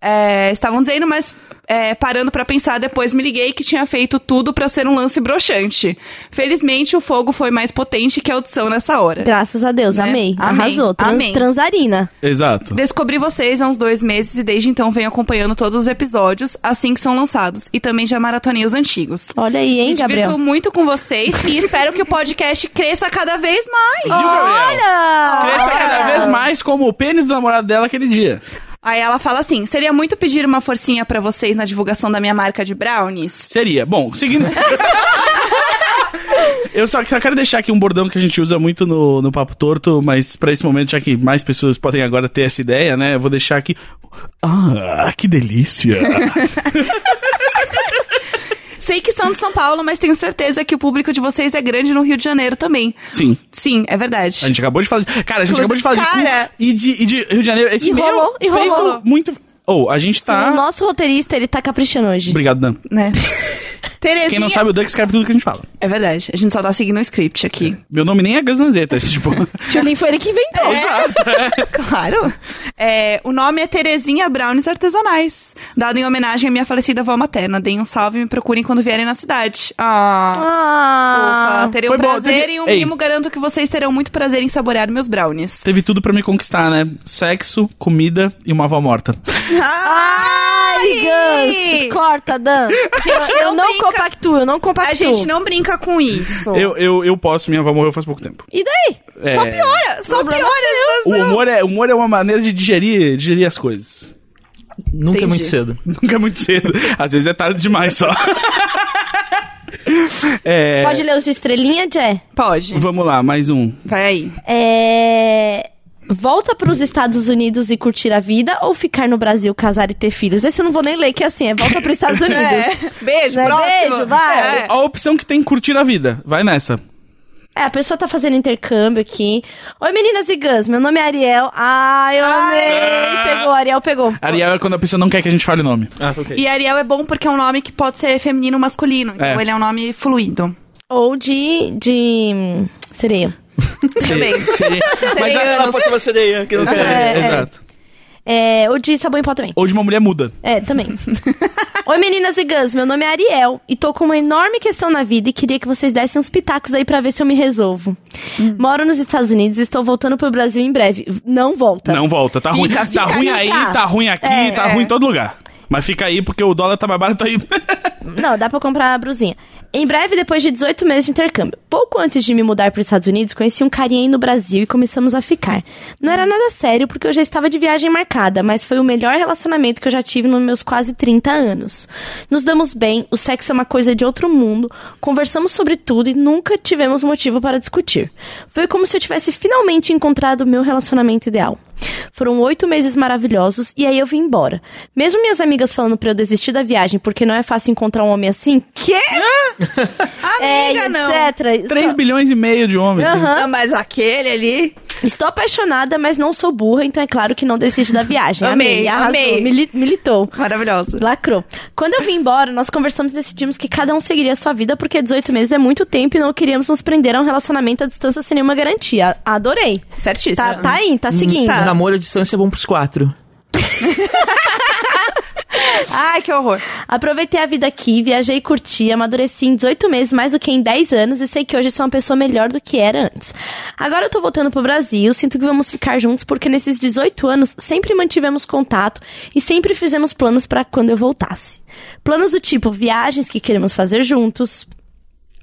É, estavam dizendo, mas é, parando pra pensar, depois me liguei que tinha feito tudo pra ser um lance broxante. Felizmente, o fogo foi mais potente que a audição nessa hora.
Graças a Deus,
Né?
amei.
Amém,
Arrasou. Trans-
amém.
Transarina.
Exato.
Descobri vocês há uns dois meses e desde então venho acompanhando todos os episódios assim que são lançados. E também já maratonei os antigos.
Olha aí, hein,
Me divirto
Gabriel?
muito com vocês
(laughs)
e espero que o podcast cresça cada vez mais.
Viu, Gabriel?
Olha!
Cresça cada vez
Ah!
mais como o pênis do namorado dela aquele dia.
Aí ela fala assim: seria muito pedir uma forcinha pra vocês na divulgação da minha marca de brownies?
Seria. Bom, (laughs) seguindo. Eu só, só quero deixar aqui um bordão que a gente usa muito no, no Papo Torto, mas pra esse momento, já que mais pessoas podem agora ter essa ideia, né? Eu vou deixar aqui. Ah, que delícia!
Sei que são de São Paulo, mas tenho certeza que o público de vocês é grande no Rio de Janeiro também.
(laughs) Sim.
Sim, é verdade.
A gente acabou de falar. de- Cara, a gente
Inclusive,
acabou de falar de
cara-
cu e de, e de Rio de Janeiro. Esse
assim? E
meu
rolou, e
feito
rolou.
muito. Ou, a gente
O
tá.
nosso roteirista, ele tá caprichando hoje.
Obrigado, Dan.
(laughs)
Né? Terezinha.
Quem não sabe, o Dan que escreve tudo que a gente fala.
É verdade. A gente só tá seguindo o script aqui.
Meu nome nem é Gus Nanzetta, esse
(laughs)
tipo.
Tchulin foi ele que
É.
inventou.
É. (laughs) Claro. É, o nome é Terezinha Brownies Artesanais. Dado em homenagem à minha falecida avó materna. Deem um salve e me procurem quando vierem na cidade. Ah.
Ah,
Ufa, terei
Foi
um
bom,
prazer
teve-
e um
Ei.
mimo garanto que vocês terão muito prazer em saborear meus brownies.
Teve tudo pra me conquistar, né? Sexo, comida e uma avó morta.
Ai, Gus! Corta, Dan.
Gente,
eu
não
não
brinca.
compactuo, eu não compactuo.
A gente não brinca com isso.
Eu, eu, eu posso, minha avó morreu faz pouco tempo.
E daí?
É,
Só piora, só
Problema
piora a
O
situação.
humor é, o humor é uma maneira de digerir, digerir as coisas. (laughs)
Nunca é
Entendi.
muito cedo.
Nunca é muito cedo. Às vezes é tarde demais só. É,
Pode ler os de estrelinha, Jé?
Pode.
vamos lá, mais um.
Vai aí.
É... Volta pros Estados Unidos e curtir a vida ou ficar no Brasil, casar e ter filhos? Esse eu não vou nem ler, que é assim, é volta pros
(laughs)
Estados Unidos.
É. Beijo,
Né?
próximo.
Beijo, vai.
É.
A opção que tem curtir a vida. Vai nessa.
É, a pessoa tá fazendo intercâmbio aqui. Oi, meninas e Gus, meu nome é Ariel. Ai, eu amei. Pegou, Ariel pegou.
Ariel é quando a pessoa não quer que a gente fale o nome.
Ah, ok.
E Ariel é bom porque é um nome que pode ser feminino ou masculino. Então
É.
ele é um nome fluido.
Ou de... de... hum, sereia.
Também.
(laughs)
Mas
Sereianos.
ela pode ser uma sereia, que não sei.
É, é.
Exato.
É, ou de sabão em pó também.
Ou de uma mulher muda.
É, também. Oi, meninas e Gus, meu nome é Ariel e tô com uma enorme questão na vida e queria que vocês dessem uns pitacos aí pra ver se eu me resolvo. Moro nos Estados Unidos e estou voltando pro Brasil em breve. Não volta.
Não volta. Tá ruim.
Fica,
tá
fica,
ruim
fica.
aí, tá ruim aqui,
É,
tá
é.
ruim em todo lugar. Mas fica aí porque o dólar tá mais barato aí. (laughs)
Não, dá pra comprar a brusinha. Em breve, depois de 18 meses de intercâmbio. Pouco antes de me mudar para os Estados Unidos, conheci um carinha aí no Brasil e começamos a ficar. Não era nada sério, porque eu já estava de viagem marcada, mas foi o melhor relacionamento que eu já tive nos meus quase 30 anos. Nos damos bem, o sexo é uma coisa de outro mundo, conversamos sobre tudo e nunca tivemos motivo para discutir. Foi como se eu tivesse finalmente encontrado o meu relacionamento ideal. Foram oito meses maravilhosos e aí eu vim embora. Mesmo minhas amigas falando pra eu desistir da viagem porque não é fácil encontrar um homem assim, que é,
Amiga, não.
etc.
3 bilhões e meio de homens.
Aham.
Não, mas aquele ali.
Estou apaixonada, mas não sou burra, então é claro que não desiste da viagem.
Amei,
arrasou,
amei.
mili- militou.
Maravilhosa.
Lacrou. Quando eu vim embora, nós conversamos e decidimos que cada um seguiria a sua vida, porque 18 meses é muito tempo e não queríamos nos prender a um relacionamento à distância sem nenhuma garantia. Adorei.
Certíssimo.
Tá, tá aí, tá seguindo.
é. Tá.
Namoro à distância é bom pros quatro.
Ai, que horror.
Aproveitei a vida aqui, viajei e curti, amadureci em 18 meses mais do que em 10 anos e sei que hoje sou uma pessoa melhor do que era antes. Agora eu tô voltando pro Brasil, sinto que vamos ficar juntos porque nesses 18 anos sempre mantivemos contato e sempre fizemos planos pra quando eu voltasse. Planos do tipo viagens que queremos fazer juntos,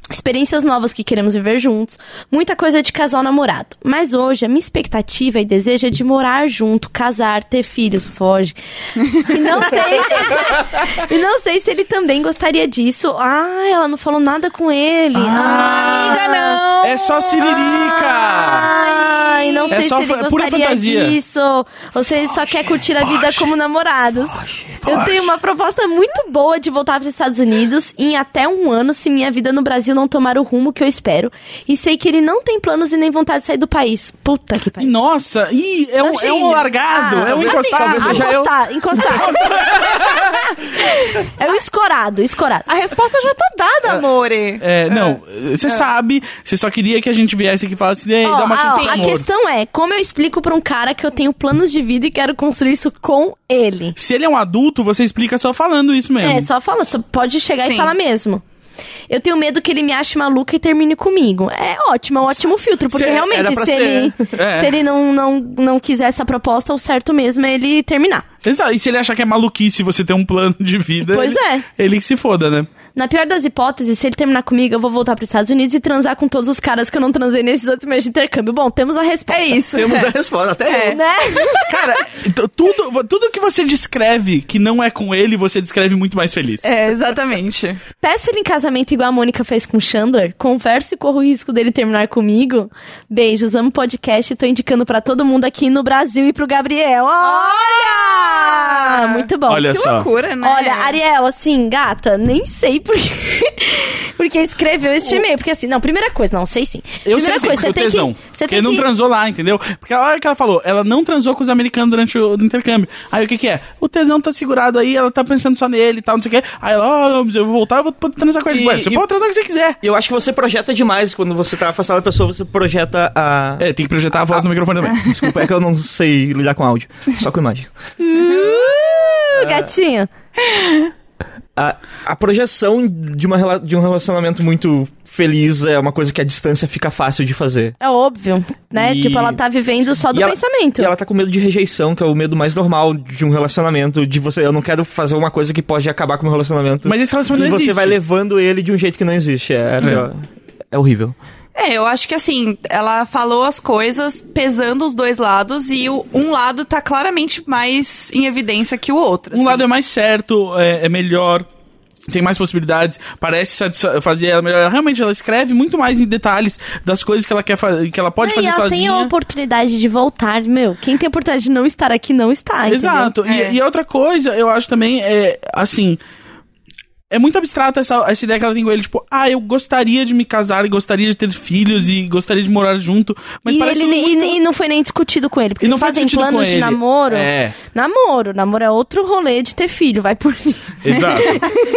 Experiências novas que queremos viver juntos, muita coisa de casal namorado. Mas hoje a minha expectativa e desejo é de morar junto, casar, ter filhos, foge. E não sei. e não sei se ele também gostaria disso. Ah, ela não falou nada com ele. Ah,
Amiga, não.
É só siririca!
Ai, não sei
É só
se ele
fa- pura
gostaria
fantasia.
disso. Ou se ele só quer curtir a vida como namorados. Eu tenho uma proposta muito boa de voltar para os Estados Unidos em até um ano se minha vida no Brasil não tomar o rumo que eu espero. E sei que ele não tem planos e nem vontade de sair do país. Puta que pariu.
Nossa, ih, é, um,
Não,
é um
gente,
largado,
ah,
é um
assim,
encostado.
ah,
seja eu.
encostar,
(laughs)
encostar. (laughs) é um escorado, escorado.
A resposta já tá dada, amore.
É, não, você sabe, você só queria que a gente viesse aqui e falasse, ei,
Ah. Ó,
dá uma
a-
chance
ó,
pro
a,
amor.
questão é, como eu explico pra um cara que eu tenho planos de vida e quero construir isso com ele?
Se ele é um adulto, você explica só falando isso mesmo.
É, só fala, só pode chegar e
Sim.
falar mesmo. Eu tenho medo que ele me ache maluca e termine comigo. É ótimo, é um ótimo filtro, porque
Se- era
realmente,
pra
se
ser.
ele,
É.
se ele não, não, não quiser essa proposta, o certo mesmo é ele terminar.
Exato, E se ele achar que é maluquice você ter um plano de vida.
Pois
ele,
é.
Ele que se foda, né?
Na pior das hipóteses, se ele terminar comigo, eu vou voltar para os Estados Unidos e transar com todos os caras que eu não transei nesses outros meses de intercâmbio. Bom, temos a resposta.
É isso. (laughs)
Temos a
É.
resposta, até eu.
Né?
Cara, t- tudo, tudo que você descreve que não é com ele, você descreve muito mais feliz.
É, exatamente.
Peço ele em casamento igual a Mônica fez com o Chandler. Converso e corro o risco dele terminar comigo. Beijos, amo podcast e tô indicando pra todo mundo aqui no Brasil e pro Gabriel. Ó!
Olha!
Ah, muito bom.
Olha
que
só.
loucura, né?
Olha, Ariel, assim, gata, nem sei por que (laughs) porque escreveu este e-mail. Porque assim, não, primeira coisa, não, sei sim.
Eu sei
primeira
sim, porque
coisa, você
eu
tem
tesão.
que. Você
Porque
tem
não
que.
transou lá, entendeu? Porque a hora que ela falou, ela não transou com os americanos durante o, o intercâmbio. Aí o que que é? O tesão tá segurado aí, ela tá pensando só nele e tal, não sei o quê. Aí ela, ó, eu vou voltar, eu vou poder transar com ele.
E-
Ué, você
e-
pode transar o que você quiser.
Eu acho que você projeta demais quando você tá afastado da pessoa, você projeta a.
É, tem que projetar a voz no microfone também.
Desculpa, é que eu não sei lidar com áudio, só com imagem.
Ah.
Uh, gatinho.
A, a projeção de, uma, rela- de um relacionamento muito feliz é uma coisa que a distância fica fácil de fazer.
É óbvio, né?
E-
Tipo, ela tá vivendo só do
E ela-
pensamento.
E ela tá com medo de rejeição, que é o medo mais normal de um relacionamento, de você, eu não quero fazer uma coisa que pode acabar com o meu relacionamento.
(laughs) Mas esse
e
relacionamento não
você
existe.
vai levando ele de um jeito que não existe. É, é. é horrível.
É, eu acho que assim, ela falou as coisas pesando os dois lados e o- um lado tá claramente mais em evidência que o outro.
Um lado é mais certo, é, é melhor, tem mais possibilidades, parece satisfa- fazer ela melhor. Ela Realmente, ela escreve muito mais em detalhes das coisas que ela quer fazer, que ela pode
Não, e
fazer
ela tem
sozinha.
a oportunidade de voltar, meu. Quem tem a oportunidade de não estar aqui, não está, entendeu?
Exato. E-
É.
E, outra coisa, eu acho também, é, assim. É muito abstrata essa, essa ideia que ela tem com ele, tipo, ah, eu gostaria de me casar, e gostaria de ter filhos e gostaria de morar junto, mas
e,
parece
ele, nem-
muito...
e nem- e não foi nem discutido com ele, porque
E não
eles
foi
fazem
discutido com
planos de
ele.
namoro.
É.
Namoro, namoro é outro rolê de ter filho, vai por mim.
Exato.
(laughs)
(laughs)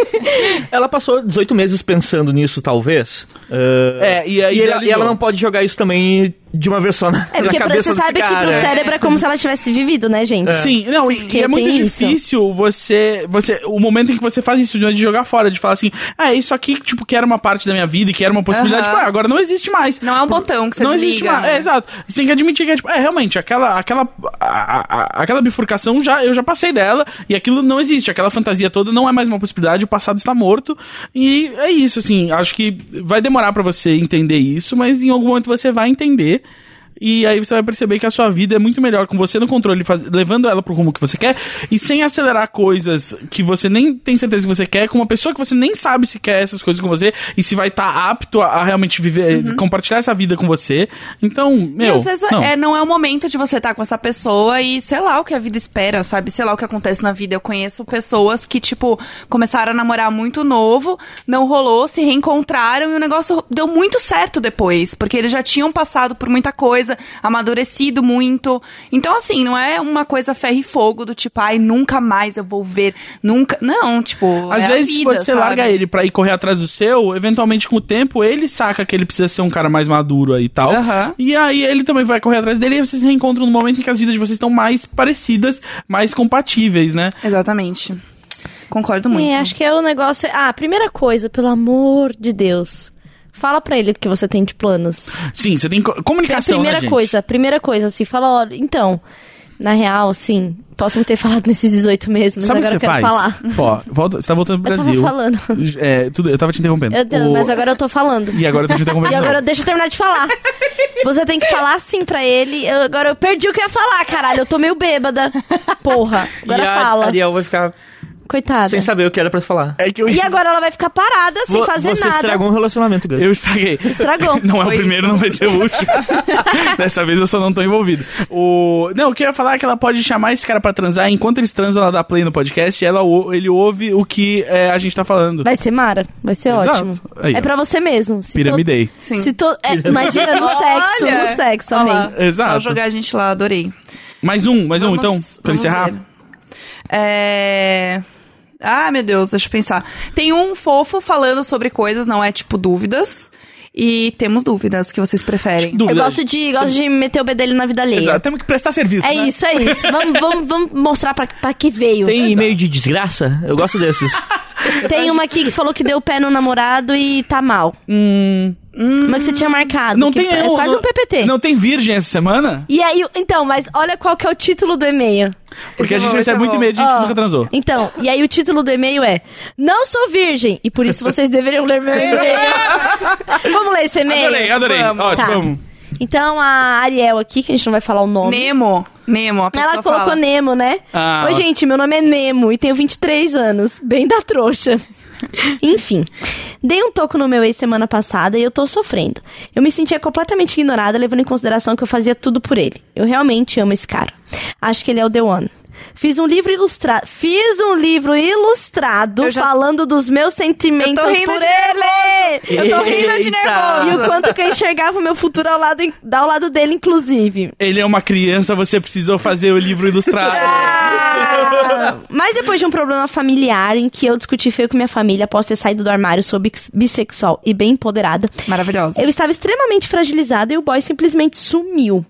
Ela passou 18 meses pensando nisso, talvez. Ah,
É, e aí
e, ela,
idealizou.
e ela não pode jogar isso também de uma vez só na,
É, porque
na
pra-
cabeça
você
desse
sabe que
cara. né?
pro cérebro é como se ela tivesse vivido, né, gente?
Sim, não, e- e
Porque
é muito
tem isso.
difícil você, você. O momento em que você faz isso, de jogar fora, de falar assim, ah, isso aqui, tipo, que era uma parte da minha vida e que era uma possibilidade,
Aham.
tipo, ah, agora não existe mais.
Não é um botão que você
Não existe
desliga,
mais.
né?
É, exato. Você tem que admitir que é, tipo, é realmente, aquela, aquela, a- a- aquela bifurcação já, eu já passei dela e aquilo não existe. Aquela fantasia toda não é mais uma possibilidade, o passado está morto. E é isso, assim, acho que vai demorar pra você entender isso, mas em algum momento você vai entender. E aí você vai perceber que a sua vida é muito melhor com você no controle, faz- levando ela pro rumo que você quer e sem acelerar coisas que você nem tem certeza que você quer, com uma pessoa que você nem sabe se quer essas coisas com você e se vai estar apto a, a realmente viver, compartilhar essa vida com você. Então, meu.
e Uhum. às vezes
não.
É, não é o momento de você estar com essa pessoa e sei lá o que a vida espera, sabe? Sei lá o que acontece na vida. Eu conheço pessoas que, tipo, começaram a namorar muito novo, não rolou, se reencontraram e o negócio deu muito certo depois. Porque eles já tinham passado por muita coisa, amadurecido muito. Então, assim, não é uma coisa ferro e fogo do tipo, ai, nunca mais eu vou ver, nunca. Não, tipo.
Às
é a
vezes
vida,
você
sabe?
larga ele pra ir correr atrás do seu, eventualmente com o tempo ele saca que ele precisa ser um cara mais maduro aí e tal.
Aham.
E aí ele também vai correr atrás dele e vocês se reencontram no momento em que as vidas de vocês estão mais parecidas, mais compatíveis, né?
Exatamente. Concordo muito.
É, acho que é o negócio. Ah, primeira coisa, pelo amor de Deus. Fala pra ele o que você tem de planos.
Sim, você tem co- comunicação,
primeira
né, gente?
coisa, primeira coisa, assim, fala, olha, então, na real, assim, posso não ter falado nesses 18 meses, mas
Sabe o que
agora
você
eu quero
faz?
falar.
Ó, volta, você tá voltando pro
Eu tava
Brasil.
falando.
É, tudo, eu tava te interrompendo.
Eu,
O-
Mas agora eu tô falando.
E agora eu tô te interrompendo. de
(laughs) E
novo.
agora deixa eu terminar de falar. Você tem que falar sim pra ele. Eu- agora eu perdi o que eu ia falar, caralho. Eu tô meio bêbada. Porra. Agora
e a
fala.
Ariel vai ficar
Coitada.
sem saber o que era pra falar.
É que eu,
E agora ela vai ficar parada sem
Vo-
fazer
Você
nada.
estragou um relacionamento, Gus.
eu estraguei. (laughs)
Estragou.
Não é o
Foi
primeiro, não vai ser o
(laughs)
último. Dessa vez eu só não tô envolvido. O... Não, o que eu ia falar é que ela pode chamar esse cara pra transar. Enquanto eles transam, ela dá play no podcast e ela, ou- ele ouve o que é, a gente tá falando.
Vai ser Mara. Vai ser
Exato.
ótimo.
Aí, ó.
é pra você mesmo. Se to-
Piramidei.
Sim.
Se to... é, imagina no sexo.
Olha!
No sexo,
Olha
amém.
lá,
Exato.
Só jogar a gente lá, adorei.
Mais um, mais um,
Vamos-
então, pra
vamos
encerrar.
ver. É... Ah, meu Deus, deixa eu pensar. Tem um fofo falando sobre coisas, não é tipo dúvidas. E temos dúvidas que vocês preferem.
Eu
Dúvidas.
gosto de, gosto de meter o bedelho na vida alheia.
Exato, temos que prestar serviço.
É
né?
isso, é isso. Vamos, vamos, vamos mostrar pra, pra que veio.
Tem e-mail de desgraça? Eu gosto
(laughs)
desses.
Tem uma aqui que falou que deu pé no namorado e tá mal.
Hum,
Uma que você tinha marcado.
não
que
tem
É quase
não,
um PPT.
Não tem virgem essa semana?
E aí, então, mas olha qual que é o título do e-mail.
Porque a
Esse é
gente
bom, esse
recebe
é
muito
bom.
e-mail de gente que
Ó,
nunca transou.
Então, e aí o título do e-mail é Não sou virgem, e por isso vocês deveriam ler
(laughs)
meu e-mail. Vamos ler esse e-mail?
Adorei, adorei.
Vamos.
Ótimo.
Tá.
vamos.
Então, a Ariel aqui, que a gente não vai falar o nome.
Nemo, Nemo, a pessoa
Ela colocou
fala.
Nemo, né?
Ah.
Oi, gente, meu nome é Nemo e tenho 23 anos. Bem da
(laughs)
trouxa. Enfim, dei um toco no meu ex semana passada e eu tô sofrendo. Eu me sentia completamente ignorada, levando em consideração que eu fazia tudo por ele. Eu realmente amo esse cara. Acho que ele é o The One. Fiz um livro ilustrado. Fiz um livro ilustrado
Eu já-
falando dos meus sentimentos
Eu tô
por
rindo de
ele.
Eu tô rindo de
Eita.
E o
nervoso.
quanto que eu enxergava o meu futuro ao lado, ao lado dele, inclusive.
Ele é uma criança, você precisou fazer o livro ilustrado.
Mas depois de um problema familiar em que eu discuti feio com minha família após ter saído do armário, sou bix- bissexual e bem empoderada.
Maravilhosa.
Eu estava extremamente fragilizada e o boy simplesmente
(gasps)
sumiu.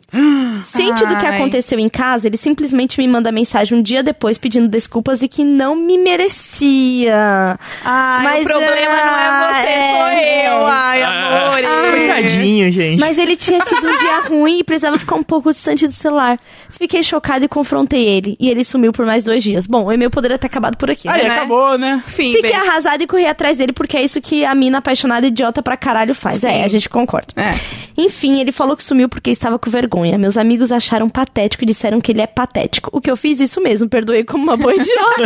Ciente do que
Ai.
aconteceu em casa, ele simplesmente me manda mensagem um dia depois pedindo desculpas e que não me merecia.
Ai,
Mas,
o problema não é você,
é,
sou eu.
é.
Ai,
Ah,
amor.
Ah, Coitadinho, gente.
Mas ele tinha tido um dia ruim e precisava ficar um pouco distante do celular. Fiquei chocada e confrontei ele. E ele sumiu por mais dois dias. Bom, o e-mail poderia ter acabado por aqui.
Aí
né?
acabou, né?
Enfim,
Fiquei
beijo.
arrasada e corri atrás dele, porque é isso que a mina apaixonada idiota pra caralho faz. É, a gente concorda.
É.
Enfim, ele falou que sumiu porque estava com vergonha. Meus amigos acharam patético e disseram que ele é patético. O que eu fiz, isso mesmo, perdoei como uma boa (laughs) idiota.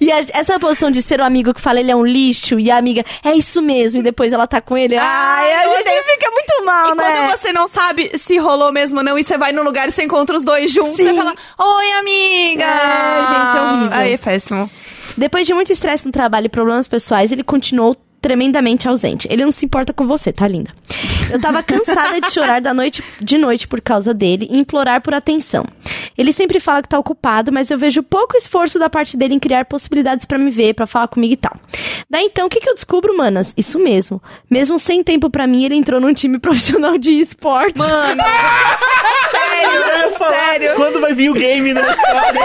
e a- essa posição de ser o amigo que fala ele é um lixo e a amiga é isso mesmo, e depois ela tá com ele. Ai, a gente fica muito mal,
E
né?
quando você não sabe se rolou mesmo ou não, e você vai no lugar e você encontra os dois juntos,
Sim.
você fala, oi, amiga!
É, gente, é horrível.
Aí é péssimo.
Depois de muito estresse no trabalho e problemas pessoais, ele continuou tremendamente ausente. Ele não se importa com você, tá linda? Eu tava cansada de chorar da noite de noite por causa dele e implorar por atenção. Ele sempre fala que tá ocupado, mas eu vejo pouco esforço da parte dele em criar possibilidades pra me ver, pra falar comigo e tal. Daí então, o que que eu descubro, manas? Isso mesmo. Mesmo sem tempo pra mim, ele entrou num time (laughs) profissional de esportes.
Mano! (laughs) sério, sério.
Quando vai vir o game na história?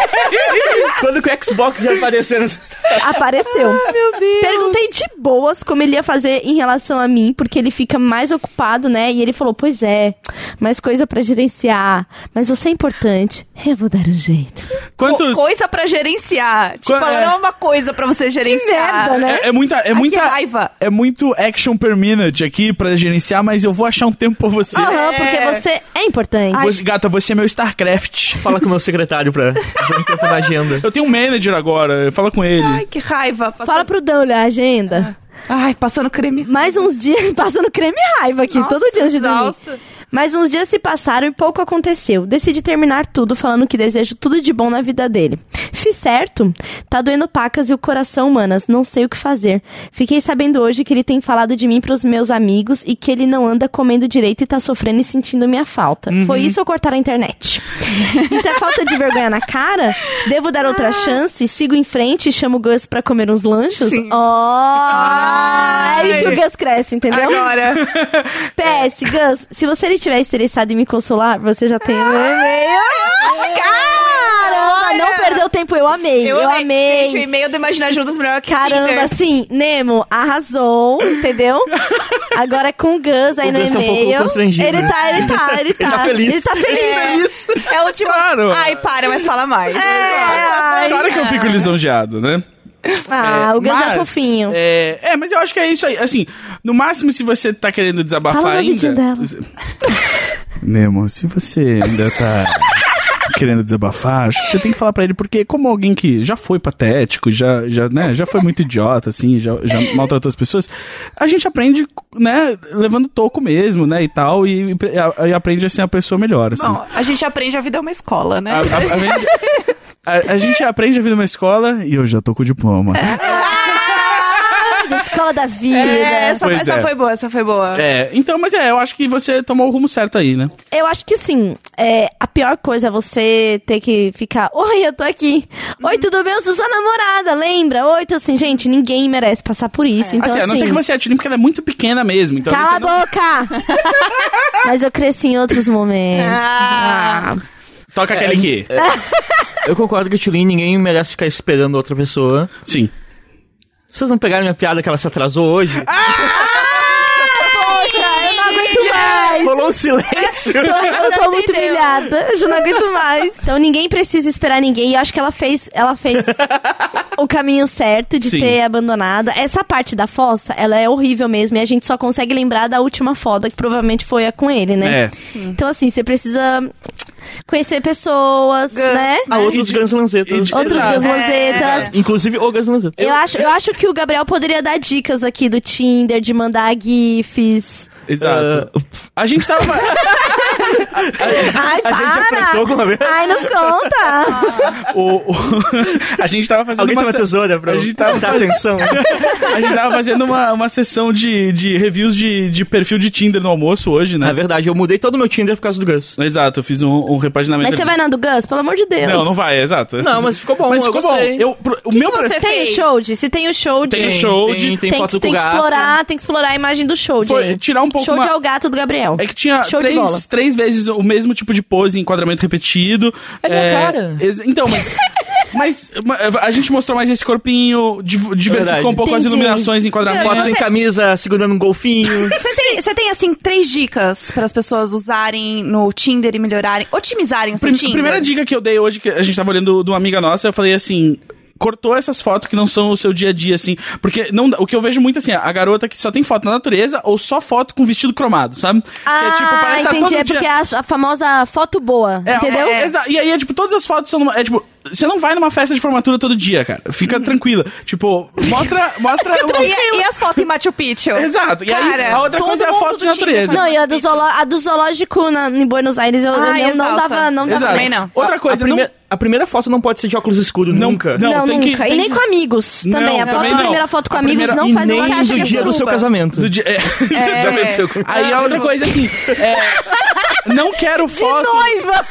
(laughs) Quando que o Xbox vai aparecer nessa história?
Apareceu. Perguntei de boas como ele ia fazer em relação a mim, porque ele fica mais ocupado, né? E ele falou: Pois é, mais coisa pra gerenciar. Mas você é importante. Eu vou dar um jeito.
Quantos.
Co- coisa pra gerenciar. Tipo,
Qua-
ela
é.
não é uma coisa pra você gerenciar.
merda, né?
É, é muita. É
Ai,
muita
que raiva.
É muito action per minute aqui pra gerenciar, mas eu vou achar um tempo pra você.
Aham, porque você é importante.
Você- Gata, você é meu StarCraft.
Fala com o meu secretário pra dar um tempo na agenda.
Eu tenho um manager agora, fala com ele.
Ai, que raiva. Passando...
Fala pro Dan olhar a agenda.
Ai, passando creme.
(laughs) Mais uns dias passando creme e raiva aqui,
Nossa,
todo dia antes de dormir.
exausta.
Mas uns dias se passaram e pouco aconteceu. Decidi terminar tudo falando que desejo tudo de bom na vida dele. Fiz certo? Tá doendo pacas e o coração, manas. Não sei o que fazer. Fiquei sabendo hoje que ele tem falado de mim pros meus amigos e que ele não anda comendo direito e tá sofrendo e sentindo minha falta. Foi
Uhum.
isso ou cortar a internet? isso é falta de vergonha na cara? Devo dar outra chance? Sigo em frente e chamo o Gus pra comer uns lanchos? Oh! É aí que o Gus cresce, entendeu?
Agora.
PS, Gus, se você estiver estressado em me consolar, você já tem o meu e-mail. Caramba,
Olha!
não perdeu tempo, eu amei. Eu, amei.
Gente, o e-mail do Imaginar Juntas melhor que né?
Caramba,
Tinder.
assim, Nemo arrasou, entendeu? Agora é com o Gus aí
O
no
Gus tá um pouco
e-mail.
constrangido.
ele tá, ele tá,
(laughs)
ele tá.
tá feliz.
Ele tá
É,
feliz.
é o último.
Claro.
Ai, para, mas fala mais.
É. ai.
Claro que eu fico lisonjeado, né?
Ah, o Gus é
Mas,
fofinho.
É, é, mas eu acho que é isso aí. Assim, no máximo, se você tá querendo desabafar
Fala no
ainda. (laughs)
ouvidinho dela.
Nemo, se você ainda tá (laughs) querendo desabafar, acho que você tem que falar pra ele, porque como alguém que já foi patético, já, já, né, já foi muito idiota, assim, já, já maltratou as pessoas, a gente aprende, né, levando toco mesmo, né, e tal, e, e- e aprende a ser uma pessoa melhor, assim.
Bom, a gente aprende a vida é uma escola, né?
A, a- a gente- a- a gente aprende a vida numa escola e eu já tô com o
(laughs)
diploma.
Da (laughs) escola da vida.
É, essa,
Pois
essa
é.
foi boa, essa foi boa.
É, então, mas é, eu acho que você tomou o rumo certo aí, né?
Eu acho que assim, é, a pior coisa é você ter que ficar, oi, eu tô aqui.
Uhum.
Oi, tudo bem? Eu sou sua namorada, lembra? Oi, então assim, gente, ninguém merece passar por
É.
isso. Então,
assim, a não ser que você atire, porque ela é muito pequena mesmo. Então
Cala
você
a
não- (laughs)
boca! Mas eu cresci em outros momentos.
Ah.
Ah.
Toca aquele aqui.
É,
Eu concordo que o Tulin, ninguém merece ficar esperando outra pessoa.
Sim.
Vocês não pegaram minha piada que ela se atrasou hoje?
Ah! Poxa, eu não aguento mais!
Rolou um silêncio.
Eu, eu tô muito
entendeu.
humilhada, eu já não aguento mais. Então ninguém precisa esperar ninguém. E eu acho que ela fez, ela fez o caminho certo de
Sim.
ter abandonado. Essa parte da fossa, ela é horrível mesmo. E a gente só consegue lembrar da última foda, que provavelmente foi a com ele, né?
É.
Então, assim, você precisa conhecer pessoas,
Gans,
né?
A outros
E de-
Guns Lanzetas.
e de-
Outros
Exato.
Gus
É.
Lanzetas.
Inclusive o Guns Lanzetas.
Eu acho, eu acho que o Gabriel poderia dar dicas aqui do Tinder, de mandar gifs.
Exato.
Uh,
A gente tava.
(laughs)
Ai,
a gente
para!
apertou alguma vez?
Ai, não conta!
o- o- a gente tava fazendo
Alguém tem
uma.
uma tesoura Tá. pra
a gente tá tava
dar atenção?
A gente tava fazendo uma, uma sessão de, de reviews de, de perfil de Tinder no almoço hoje,
(laughs) Na
né?
verdade, eu mudei todo o meu Tinder por causa do Gus.
Exato, eu fiz um, um repaginamento.
Mas você
ali.
vai na do Gus? Pelo amor de Deus.
Não, não vai, exato.
Não, mas ficou bom,
Mas
eu
ficou bom.
gostei.
Eu, pro- o meu perfil.
você
Tem o
fez?
Showd? Se tem o Showd...
Tem o Showd,
Tem, tem,
Tem,
foto
que,
com
tem que
gato.
explorar, tem que explorar a imagem do Showd
Foi
aí.
tirar um pouco
Showd
uma-
é o gato do Gabriel.
É que tinha
Show de bola.
três, três vezes o mesmo tipo de pose, enquadramento repetido.
É minha cara.
ex- Então,
(laughs)
mas. Mas ma- a gente mostrou mais esse corpinho, div- diversificou um pouco as
Entendi. tá
iluminações,
Foto
enquadramentos.
sem camisa, segurando um golfinho.
Você tem, você tem, assim, três dicas para as pessoas usarem no Tinder e melhorarem, otimizarem o seu
Prim-
Tinder?
primeira dica que eu dei hoje, que a gente tava olhando de uma amiga nossa, eu falei assim. Cortou essas fotos que não são o seu dia a dia, assim. Porque não, dá- o que eu vejo muito assim, a garota que só tem foto na natureza ou só foto com vestido cromado, sabe? Que
Ah,
que tá
entendi.
todo
é
dia-
porque é a, a famosa foto boa,
É,
entendeu?
é, exa- e aí, é, tipo, todas as fotos são. numa- é tipo, você não vai numa festa de formatura todo dia, cara. Fica tranquila. Tipo, mostra. mostra
E, e as fotos em Machu Picchu?
Exato. E aí,
Cara,
a outra
todo
coisa é a
mundo
foto
do
de
Tinder
natureza.
faz
Não, e a do,
Isso.
zoolo- a do zoológico na- em Buenos Aires, eu,
Ah,
eu não, não
exalta.
dava, não dava
Exato.
Também não.
Outra
a,
coisa, não-
primeira, a primeira foto não pode ser de óculos escuros, nunca.
não, tem que-
nunca.
tem
E nem
que-
com amigos também. A foto,
também
a
não.
primeira foto com
A
amigos
primeira-
não
E
faz uma
nem
caixa
do
que
dia do seu
suruba.
casamento.
Do dia- é.
Já aconteceu com-
Aí a outra coisa assim. é, não quero
De
foto. (laughs)
noiva!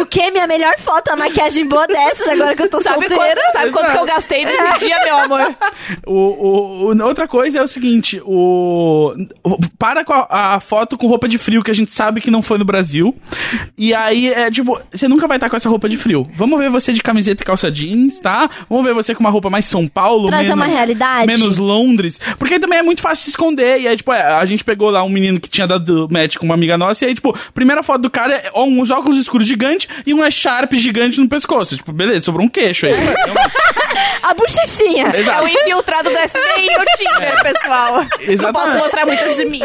o que? Minha melhor foto, a maquiagem boa dessas, agora que eu tô
Sabe
solteira.
quanto, sabe quanto que eu
Exato. É.
gastei nesse dia, meu amor?
O, o- o- outra coisa é o seguinte: o, o- para com a, a foto com roupa de frio que a gente sabe que não foi no Brasil. E aí é tipo, você nunca vai estar com essa roupa de frio. Vamos ver você de camiseta e calça jeans, tá? Vamos ver você com uma roupa mais São Paulo,
Trazer
menos,
uma realidade.
menos Londres. Porque também é muito fácil se esconder. E aí, tipo, é, a gente pegou lá um menino que tinha dado match com uma amiga nossa. E aí, tipo, primeira foto do cara é uns óculos escuros gigante e um Sharp gigante no pescoço. Tipo, beleza, sobrou um queixo aí.
É, A bochechinha.
É
Exato.
o infiltrado do FBI e o Tinder, pessoal. Não posso
Exatamente.
mostrar muitas de mim.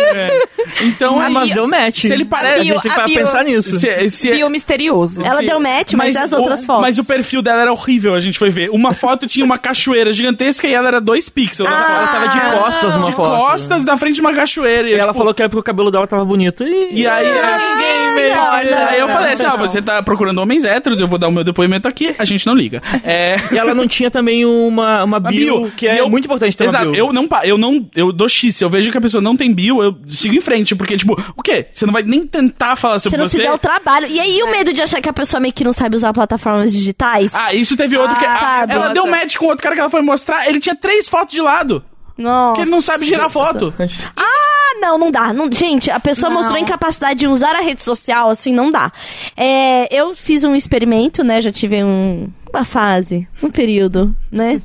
Então,
Ah, mas
aí-
deu match.
Se ele parece.
A gente tem
A
que parar pra
bio- é
pensar nisso.
Se, se,
E o misterioso.
Ela deu match, mas, e as outras
o,
fotos.
Mas o perfil dela era horrível, a gente foi ver. Uma foto tinha uma cachoeira gigantesca e ela era dois pixels. na
Ela
foto.
tava Ah! de costas numa
de
foto.
costas na frente de uma cachoeira. E,
E
eu,
ela
tipo,
falou que era porque o cabelo dela tava bonito e...
E aí,
ninguém me olha.
aí eu
Não,
falei assim:
não.
ah, você tá procurando homens héteros, eu vou dar o meu depoimento aqui, a gente não liga. É.
E ela não tinha também uma, uma
a
bio, que é
E eu-
muito importante ter
Exato.
uma bio. (laughs)
Eu não, pa- eu não, eu dou X. Se eu vejo que a pessoa não tem bio, eu sigo em frente. Porque, tipo, o quê? Você não vai nem tentar falar
Você
sobre
não
você. É.
se der o trabalho. E aí o medo de achar que a pessoa meio que não sabe usar plataformas digitais?
Ah, isso teve outro
Ah,
que. a-
sabe.
ela deu
Nossa.
match com outro cara que ela foi mostrar. Ele tinha três fotos de lado.
Nossa.
Porque ele não sabe girar foto.
Ah, não, não dá. Não- gente, a pessoa
Não.
mostrou incapacidade de usar a rede social, assim, não dá. É, eu fiz um experimento, né? Já tive um- uma fase, um período,
(laughs)
né?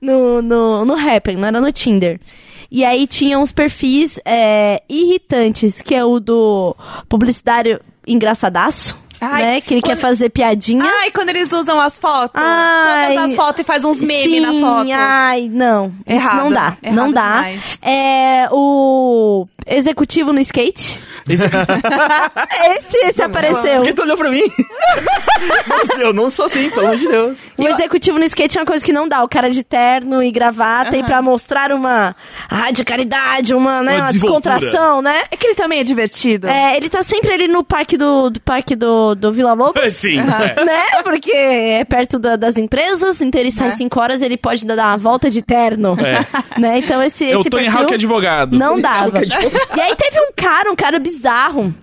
No, no, no Happn, não era no Tinder. E aí tinha uns perfis é, irritantes, que é o do publicitário engraçadaço,
Ai,
né? Que ele quer
quando-
fazer piadinha.
Ai, quando eles usam as fotos.
Ai.
Todas as fotos e faz uns memes
Sim,
nas fotos.
Ai, não. Isso
Errado.
não dá.
Errado
não dá.
demais.
É o executivo
(laughs)
no skate. esse, esse apareceu.
Por que tu olhou (laughs) pra mim? Nossa, eu não sou assim, pelo amor de Deus.
O executivo no skate é uma coisa que não dá. O cara de terno e gravata e pra mostrar uma radicalidade, uma, né,
Uma
uma,
desenvoltura.
descontração, né?
É que ele também é divertido.
É, ele tá sempre ali no parque do, do parque do, do Vila Lobos.
(laughs) (laughs) Sim. é.
Né? Porque é perto da- das empresas, então ele
Né?
sai 5 horas ele pode dar uma volta de terno. Né? Então esse,
É. Eu
esse
tô em
perfil...
Hulk advogado.
Não dava. (laughs) E aí teve um cara, um cara bizarro,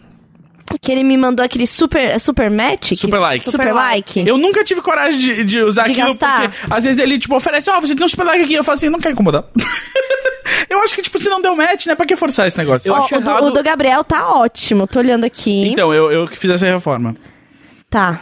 que ele me mandou aquele super, é super match? que-
Super like.
Super
Super
like.
Eu nunca tive coragem de, de usar
De
aquilo,
gastar.
porque às vezes ele, tipo, oferece, ó, você tem um super like aqui. Eu falo assim, não quero incomodar. (laughs) eu acho que, tipo, se não deu match, né? Pra que forçar esse negócio?
Ó,
acho
o, do,
errado-
o do Gabriel tá ótimo, tô olhando aqui.
Então, eu, eu que fiz essa reforma.
Tá.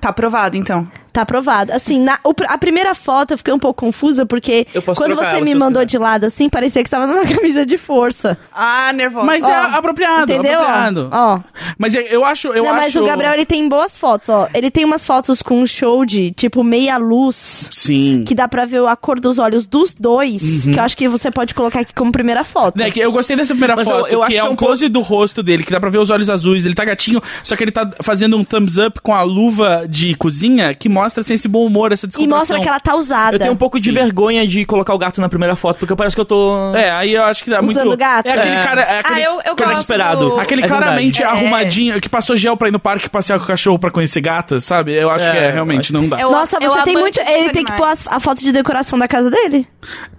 Tá aprovado, então.
Tá aprovado. Assim, na, o pr- a primeira foto eu fiquei um pouco confusa, porque
Eu posso
quando
trocar
você
ela, se
me
você
mandou
quiser.
de lado assim, parecia que você tava numa (laughs) camisa de força.
Ah, nervoso.
Mas é apropriado,
Entendeu? Ó,
apropriado.
ó.
Mas é- eu acho, eu
Não,
acho...
mas o Gabriel ele tem boas fotos, ó. Ele tem umas fotos com um show de tipo meia luz.
Sim.
que dá pra ver a cor dos olhos dos
Uhum.
dois, que eu acho que você pode colocar aqui como primeira foto.
Né, que eu gostei dessa primeira
Mas eu-
foto,
eu acho
que
que
é
é
um
um
close do rosto dele, que dá pra ver os olhos azuis, ele tá gatinho, só que ele tá fazendo um thumbs up com a luva de cozinha, que mostra assim, esse bom humor, essa
e
descontração.
mostra que ela tá usada.
Eu tenho um pouco de
Sim.
vergonha de colocar o gato na primeira foto, porque parece que eu tô...
É, aí eu acho que dá
Usando
muito...
gato?
É aquele
É.
cara... É aquele,
ah, eu, eu
cara
gosto
desesperado.
do-
É
aquele
verdade.
claramente
É.
arrumadinho, que passou gel pra ir no parque passear com o cachorro pra conhecer gatas, sabe? Eu acho
É,
que é,
eu
realmente,
acho.
não dá.
É o-
Nossa,
é o
você tem
amante
muito.
dos
Ele tem
animais.
que pôr as- a foto de decoração da casa dele?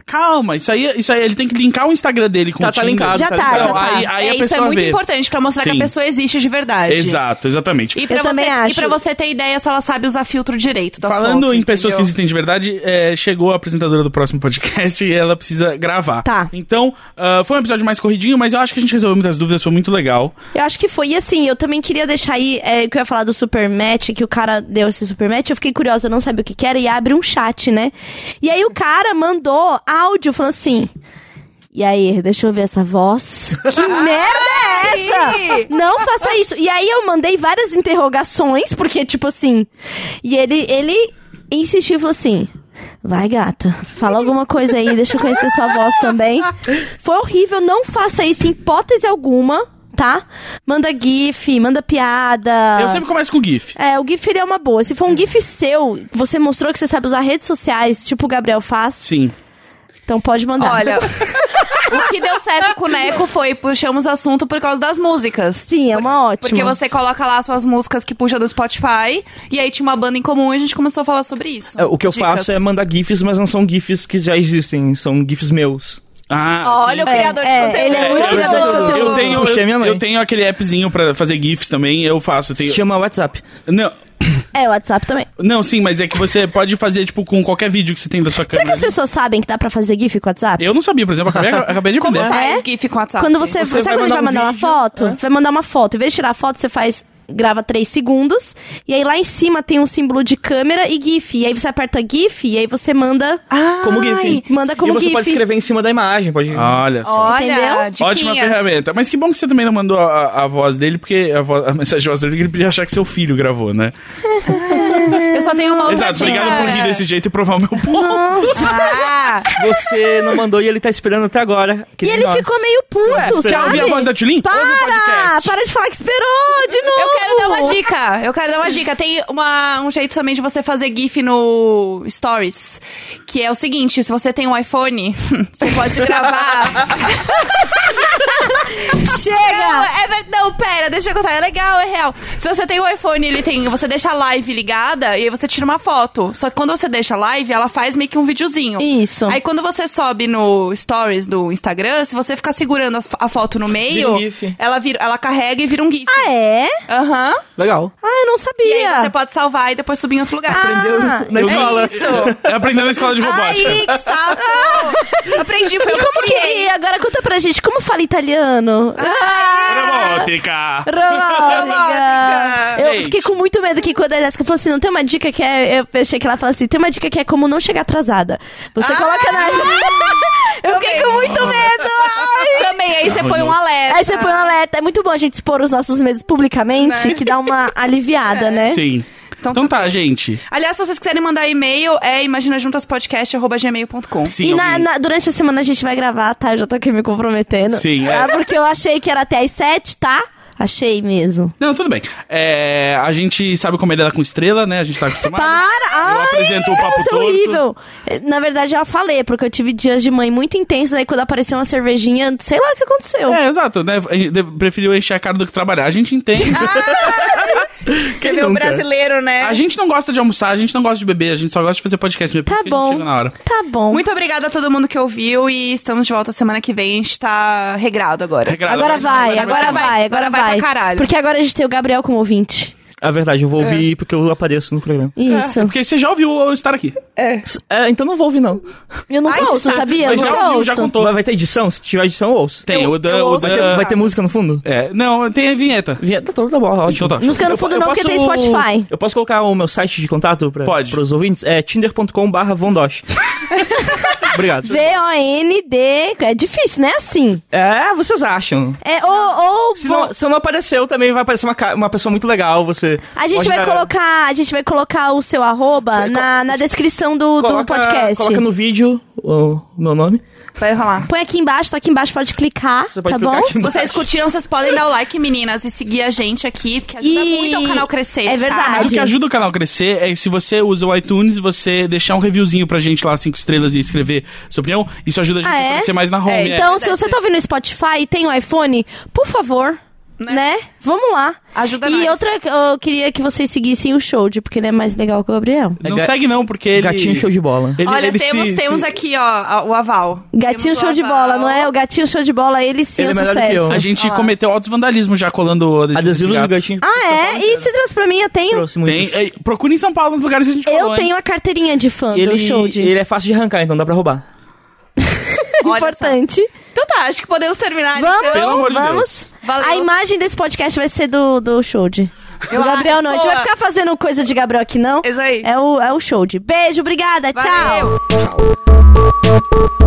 Calma, isso aí, isso aí, ele tem que linkar o Instagram dele com
Tá-
o
tá
Tinder.
linkado,
Já tá tá, linkado. já tá.
Aí, aí
é,
a
isso
pessoa
é muito
vê.
importante pra mostrar
Sim.
que a pessoa existe de verdade.
Exato, exatamente.
E pra,
Eu
você,
também
e
acho.
pra você ter ideia se ela sabe usar filtro direito das
Falando
fotos,
em pessoas que
entendeu?
existem de verdade, é, chegou a apresentadora do próximo podcast (laughs) e ela precisa gravar.
Tá.
Então, ah, foi um episódio mais corridinho, mas eu acho que a gente resolveu muitas dúvidas, foi muito legal.
Eu acho que foi. E assim, eu também queria deixar aí é, que eu ia falar do super match, que o cara deu esse super match. Eu fiquei curiosa, eu não sabia o que, que era, e abre um chat, né? E aí o cara mandou áudio falando assim. E aí, deixa eu ver essa voz. Que merda é essa? Não faça isso. E aí eu mandei várias interrogações, porque, tipo assim. E ele, ele insistiu e falou assim. Vai, gata. Fala alguma coisa aí, deixa eu conhecer sua voz também. Foi horrível, não faça isso em hipótese alguma, tá? Manda GIF, manda piada.
Eu sempre começo com GIF.
É, o GIF ele é uma boa. Se for um GIF seu, você mostrou que você sabe usar redes sociais, tipo o Gabriel faz,
Sim.
então pode
(laughs)
mandar.
Olha, o que deu certo com o Neco foi puxamos assunto por causa das músicas.
(laughs) Sim, é uma ótima.
Porque você coloca lá suas músicas que puxa do Spotify, e aí tinha uma banda em comum e a gente começou a falar sobre isso.
É, O que eu
Dicas.
faço é mandar GIFs, mas não são GIFs que já existem, são GIFs meus.
Ah,
Olha o
É,
criador de
é,
conteúdo.
ele é muito
eu,
criador de
eu,
conteúdo.
tenho,
Puxei é minha
eu,
mãe.
eu tenho aquele appzinho pra fazer GIFs também, eu faço. eu
Se
tenho-
chama WhatsApp.
Não,
É, o WhatsApp também.
não, sim, mas é que você pode fazer, tipo, com qualquer vídeo que você tem da sua
Será É que
câmera.
as pessoas sabem que dá pra fazer GIF com o WhatsApp?
Eu não sabia, por exemplo, acabei, acabei de
Como
aprender.
faz GIF com WhatsApp?
Quando você,
Você
sabe
vai
quando a gente vai
mandar um
mandar uma
vídeo,
foto? Você vai mandar uma foto. Em vez de tirar a foto, você faz grava 3 segundos. E aí lá em cima tem um símbolo de câmera e GIF. E aí você aperta GIF e aí você manda.
Ah,
Como GIF.
Manda como
e você
GIF.
pode escrever em cima da imagem, pode...
Olha só.
Olha,
Entendeu?
Ótima
diquinhas.
ferramenta. Mas que bom que você também não mandou a, a voz dele, porque a, voz, a mensagem de voz dele, ele podia achar que seu filho gravou, né?
Eu só tenho uma outra
Exato,
dica.
obrigado por rir desse jeito e provar o meu ponto.
Nossa.
Ah,
Você não mandou e ele tá esperando até agora. Que
E
de
ele
nós.
ficou meio puto,
Quer
sabe?
ouvir a voz da Tulin? Ouve o
Para!
podcast.
Para de falar que esperou de novo!
eu quero dar uma dica. Eu quero dar uma dica. Tem uma, um jeito também de você fazer GIF no Stories. Que é o seguinte: se você tem um iPhone, (laughs) você pode gravar. não,
Chega!
é ver- não, pera, deixa eu contar. É legal, é real. Se você tem o iPhone, ele tem. Você deixa a live ligada e aí você tira uma foto. Só que quando você deixa a live, ela faz meio que um videozinho.
Isso.
Aí quando você sobe no stories do Instagram, se você ficar segurando as- a, foto no
Vira
meio,
um GIF.
ela vira, ela carrega e vira um GIF.
Ah, é?
Aham.
Legal.
Ah, eu não
E aí
sabia.
você pode salvar e depois subir em outro lugar.
Aprendeu
Ah,
na escola. (laughs)
É aprendendo na escola de robótica.
Ai, que
(laughs)
saco! Aprendi, foi eu que
Como que
criei.
é? Agora conta pra gente, como fala italiano?
Robótica.
Robótica! Eu
Gente.
fiquei com muito medo que quando a Jéssica falou assim, não tem uma dica que é... Eu achei que ela falou assim, tem uma dica que é como não chegar atrasada. Você
Ah!
coloca na...
(laughs)
eu fiquei com muito medo! Ai.
Também, aí você
Tá
põe um alerta.
Aí você põe um alerta. É muito bom a gente expor os nossos medos publicamente, que dá uma aliviada, né?
Né? Sim. Então,
Então
tá, gente.
Aliás, se vocês quiserem mandar e-mail, é imaginajuntaspodcast.gmail.com.
Sim,
e na-
alguém-
na- durante a semana a gente vai gravar, tá? Eu já tô aqui me comprometendo.
Sim, é.
Tá? Porque eu achei que era até às sete, tá? Achei mesmo.
Não, tudo bem. É, a gente sabe como ele é com estrela, né? A gente tá acostumado.
Para!
Eu
Ai,
apresento o papo
isso é
torto.
horrível! Na verdade, eu já falei, porque eu tive dias de mãe muito intensos, aí quando apareceu uma cervejinha, sei lá o que aconteceu.
É, exato, né? A gente Preferiu encher a cara do que trabalhar. A gente
(laughs)
entende.
Você vê o
nunca?
brasileiro, né?
A gente não gosta de almoçar, a gente não gosta de beber, a gente só gosta de fazer podcast. mesmo, por
Tá
isso que a gente
bom.
chega na hora.
Tá bom.
Muito obrigada a todo mundo que ouviu e estamos de volta semana que vem. A gente tá regrado agora.
Regrado,
É, agora
mas-
vai,
mas-
agora
mas-
vai, agora vai.
pra caralho.
Porque agora a gente tem o Gabriel como ouvinte.
A verdade, eu vou
É.
ouvir porque eu apareço no programa.
Isso.
Porque você já ouviu eu estar aqui.
É. então não vou ouvir, não.
Eu nunca
Ai,
ouço,
que
sabia? Eu
Mas
nunca
já ouviu, já
ouço.
contou.
Mas vai ter edição? Se tiver edição, eu ouço.
Tem, o Dan.
eu
O
ouço,
Dan
Vai ter, vai ter música no fundo?
É, não, tem a vinheta.
Vinheta, tá, tá bom, ótimo.
Então tá.
Música no
Eu po-
fundo
eu
não, porque tem Spotify.
Eu posso colocar o meu site de contato para
Pode.
os ouvintes? É tinder.com barra
(laughs)
Vondosh. Obrigado.
V-O-N-D. É difícil, né? Assim.
É, vocês acham.
É, ou. ou
Se não, se não apareceu, também vai aparecer uma, ca- uma pessoa muito legal. Você
a gente
pode
vai
dar-
colocar. A gente vai colocar o seu arroba
Você
na,
co-
na descrição do, do
coloca-
podcast.
Coloca no vídeo o meu nome.
Vai rolar.
Põe aqui embaixo, tá aqui embaixo, pode clicar.
Você pode
tá
clicar
bom?
aqui
Se vocês curtiram, vocês podem dar o like, meninas, e seguir a gente aqui, porque ajuda
E-
muito o canal crescer.
É
tá?
verdade.
Mas o que ajuda o canal a crescer é se você usa o iTunes, você deixar um reviewzinho pra gente lá, cinco estrelas e escrever sua opinião. Isso ajuda a gente
Ah, é?
a crescer mais na home.
É,
é.
Então, se você tá ouvindo no Spotify e tem o iPhone, por favor. Né?
Né?
Vamos lá.
Ajuda
e
nós.
outra, eu queria que vocês seguissem o Shold, porque ele é mais legal que o Gabriel.
Não
É ga-
segue não, porque ele...
Gatinho show de bola.
ele-
Olha,
ele se-
temos,
se-
temos aqui, ó, a- o aval.
(laughs)
Gatinho
Temos o
show de
aval.
bola, não é? O gatinho show de bola, ele sim
Ele
é um
é melhor do que
sucesso.
eu.
A gente
Olha lá.
cometeu altos vandalismos já colando o adesivo,
Adesivo
desse
do
gato.
gatinho.
Ah, é? E se trouxe pra mim, eu tenho.
Trouxe muitos.
Tem, é, procura em São Paulo nos lugares que a gente
Eu
colou, hein?
tenho a carteirinha de fã do show
Ele,
de.
ele é fácil de arrancar, então dá pra roubar.
Olha só.
Importante.
Então tá, acho que podemos terminar.
Vamos,
então.
Pelo amor de
vamos.
Valeu.
A imagem desse podcast vai ser do, do show de. Do
Eu
Gabriel
acho,
não. A gente vai
boa.
ficar fazendo coisa de Gabriel aqui, não.
Isso aí.
É o, é o show de. Beijo, obrigada. Tchau.
Valeu.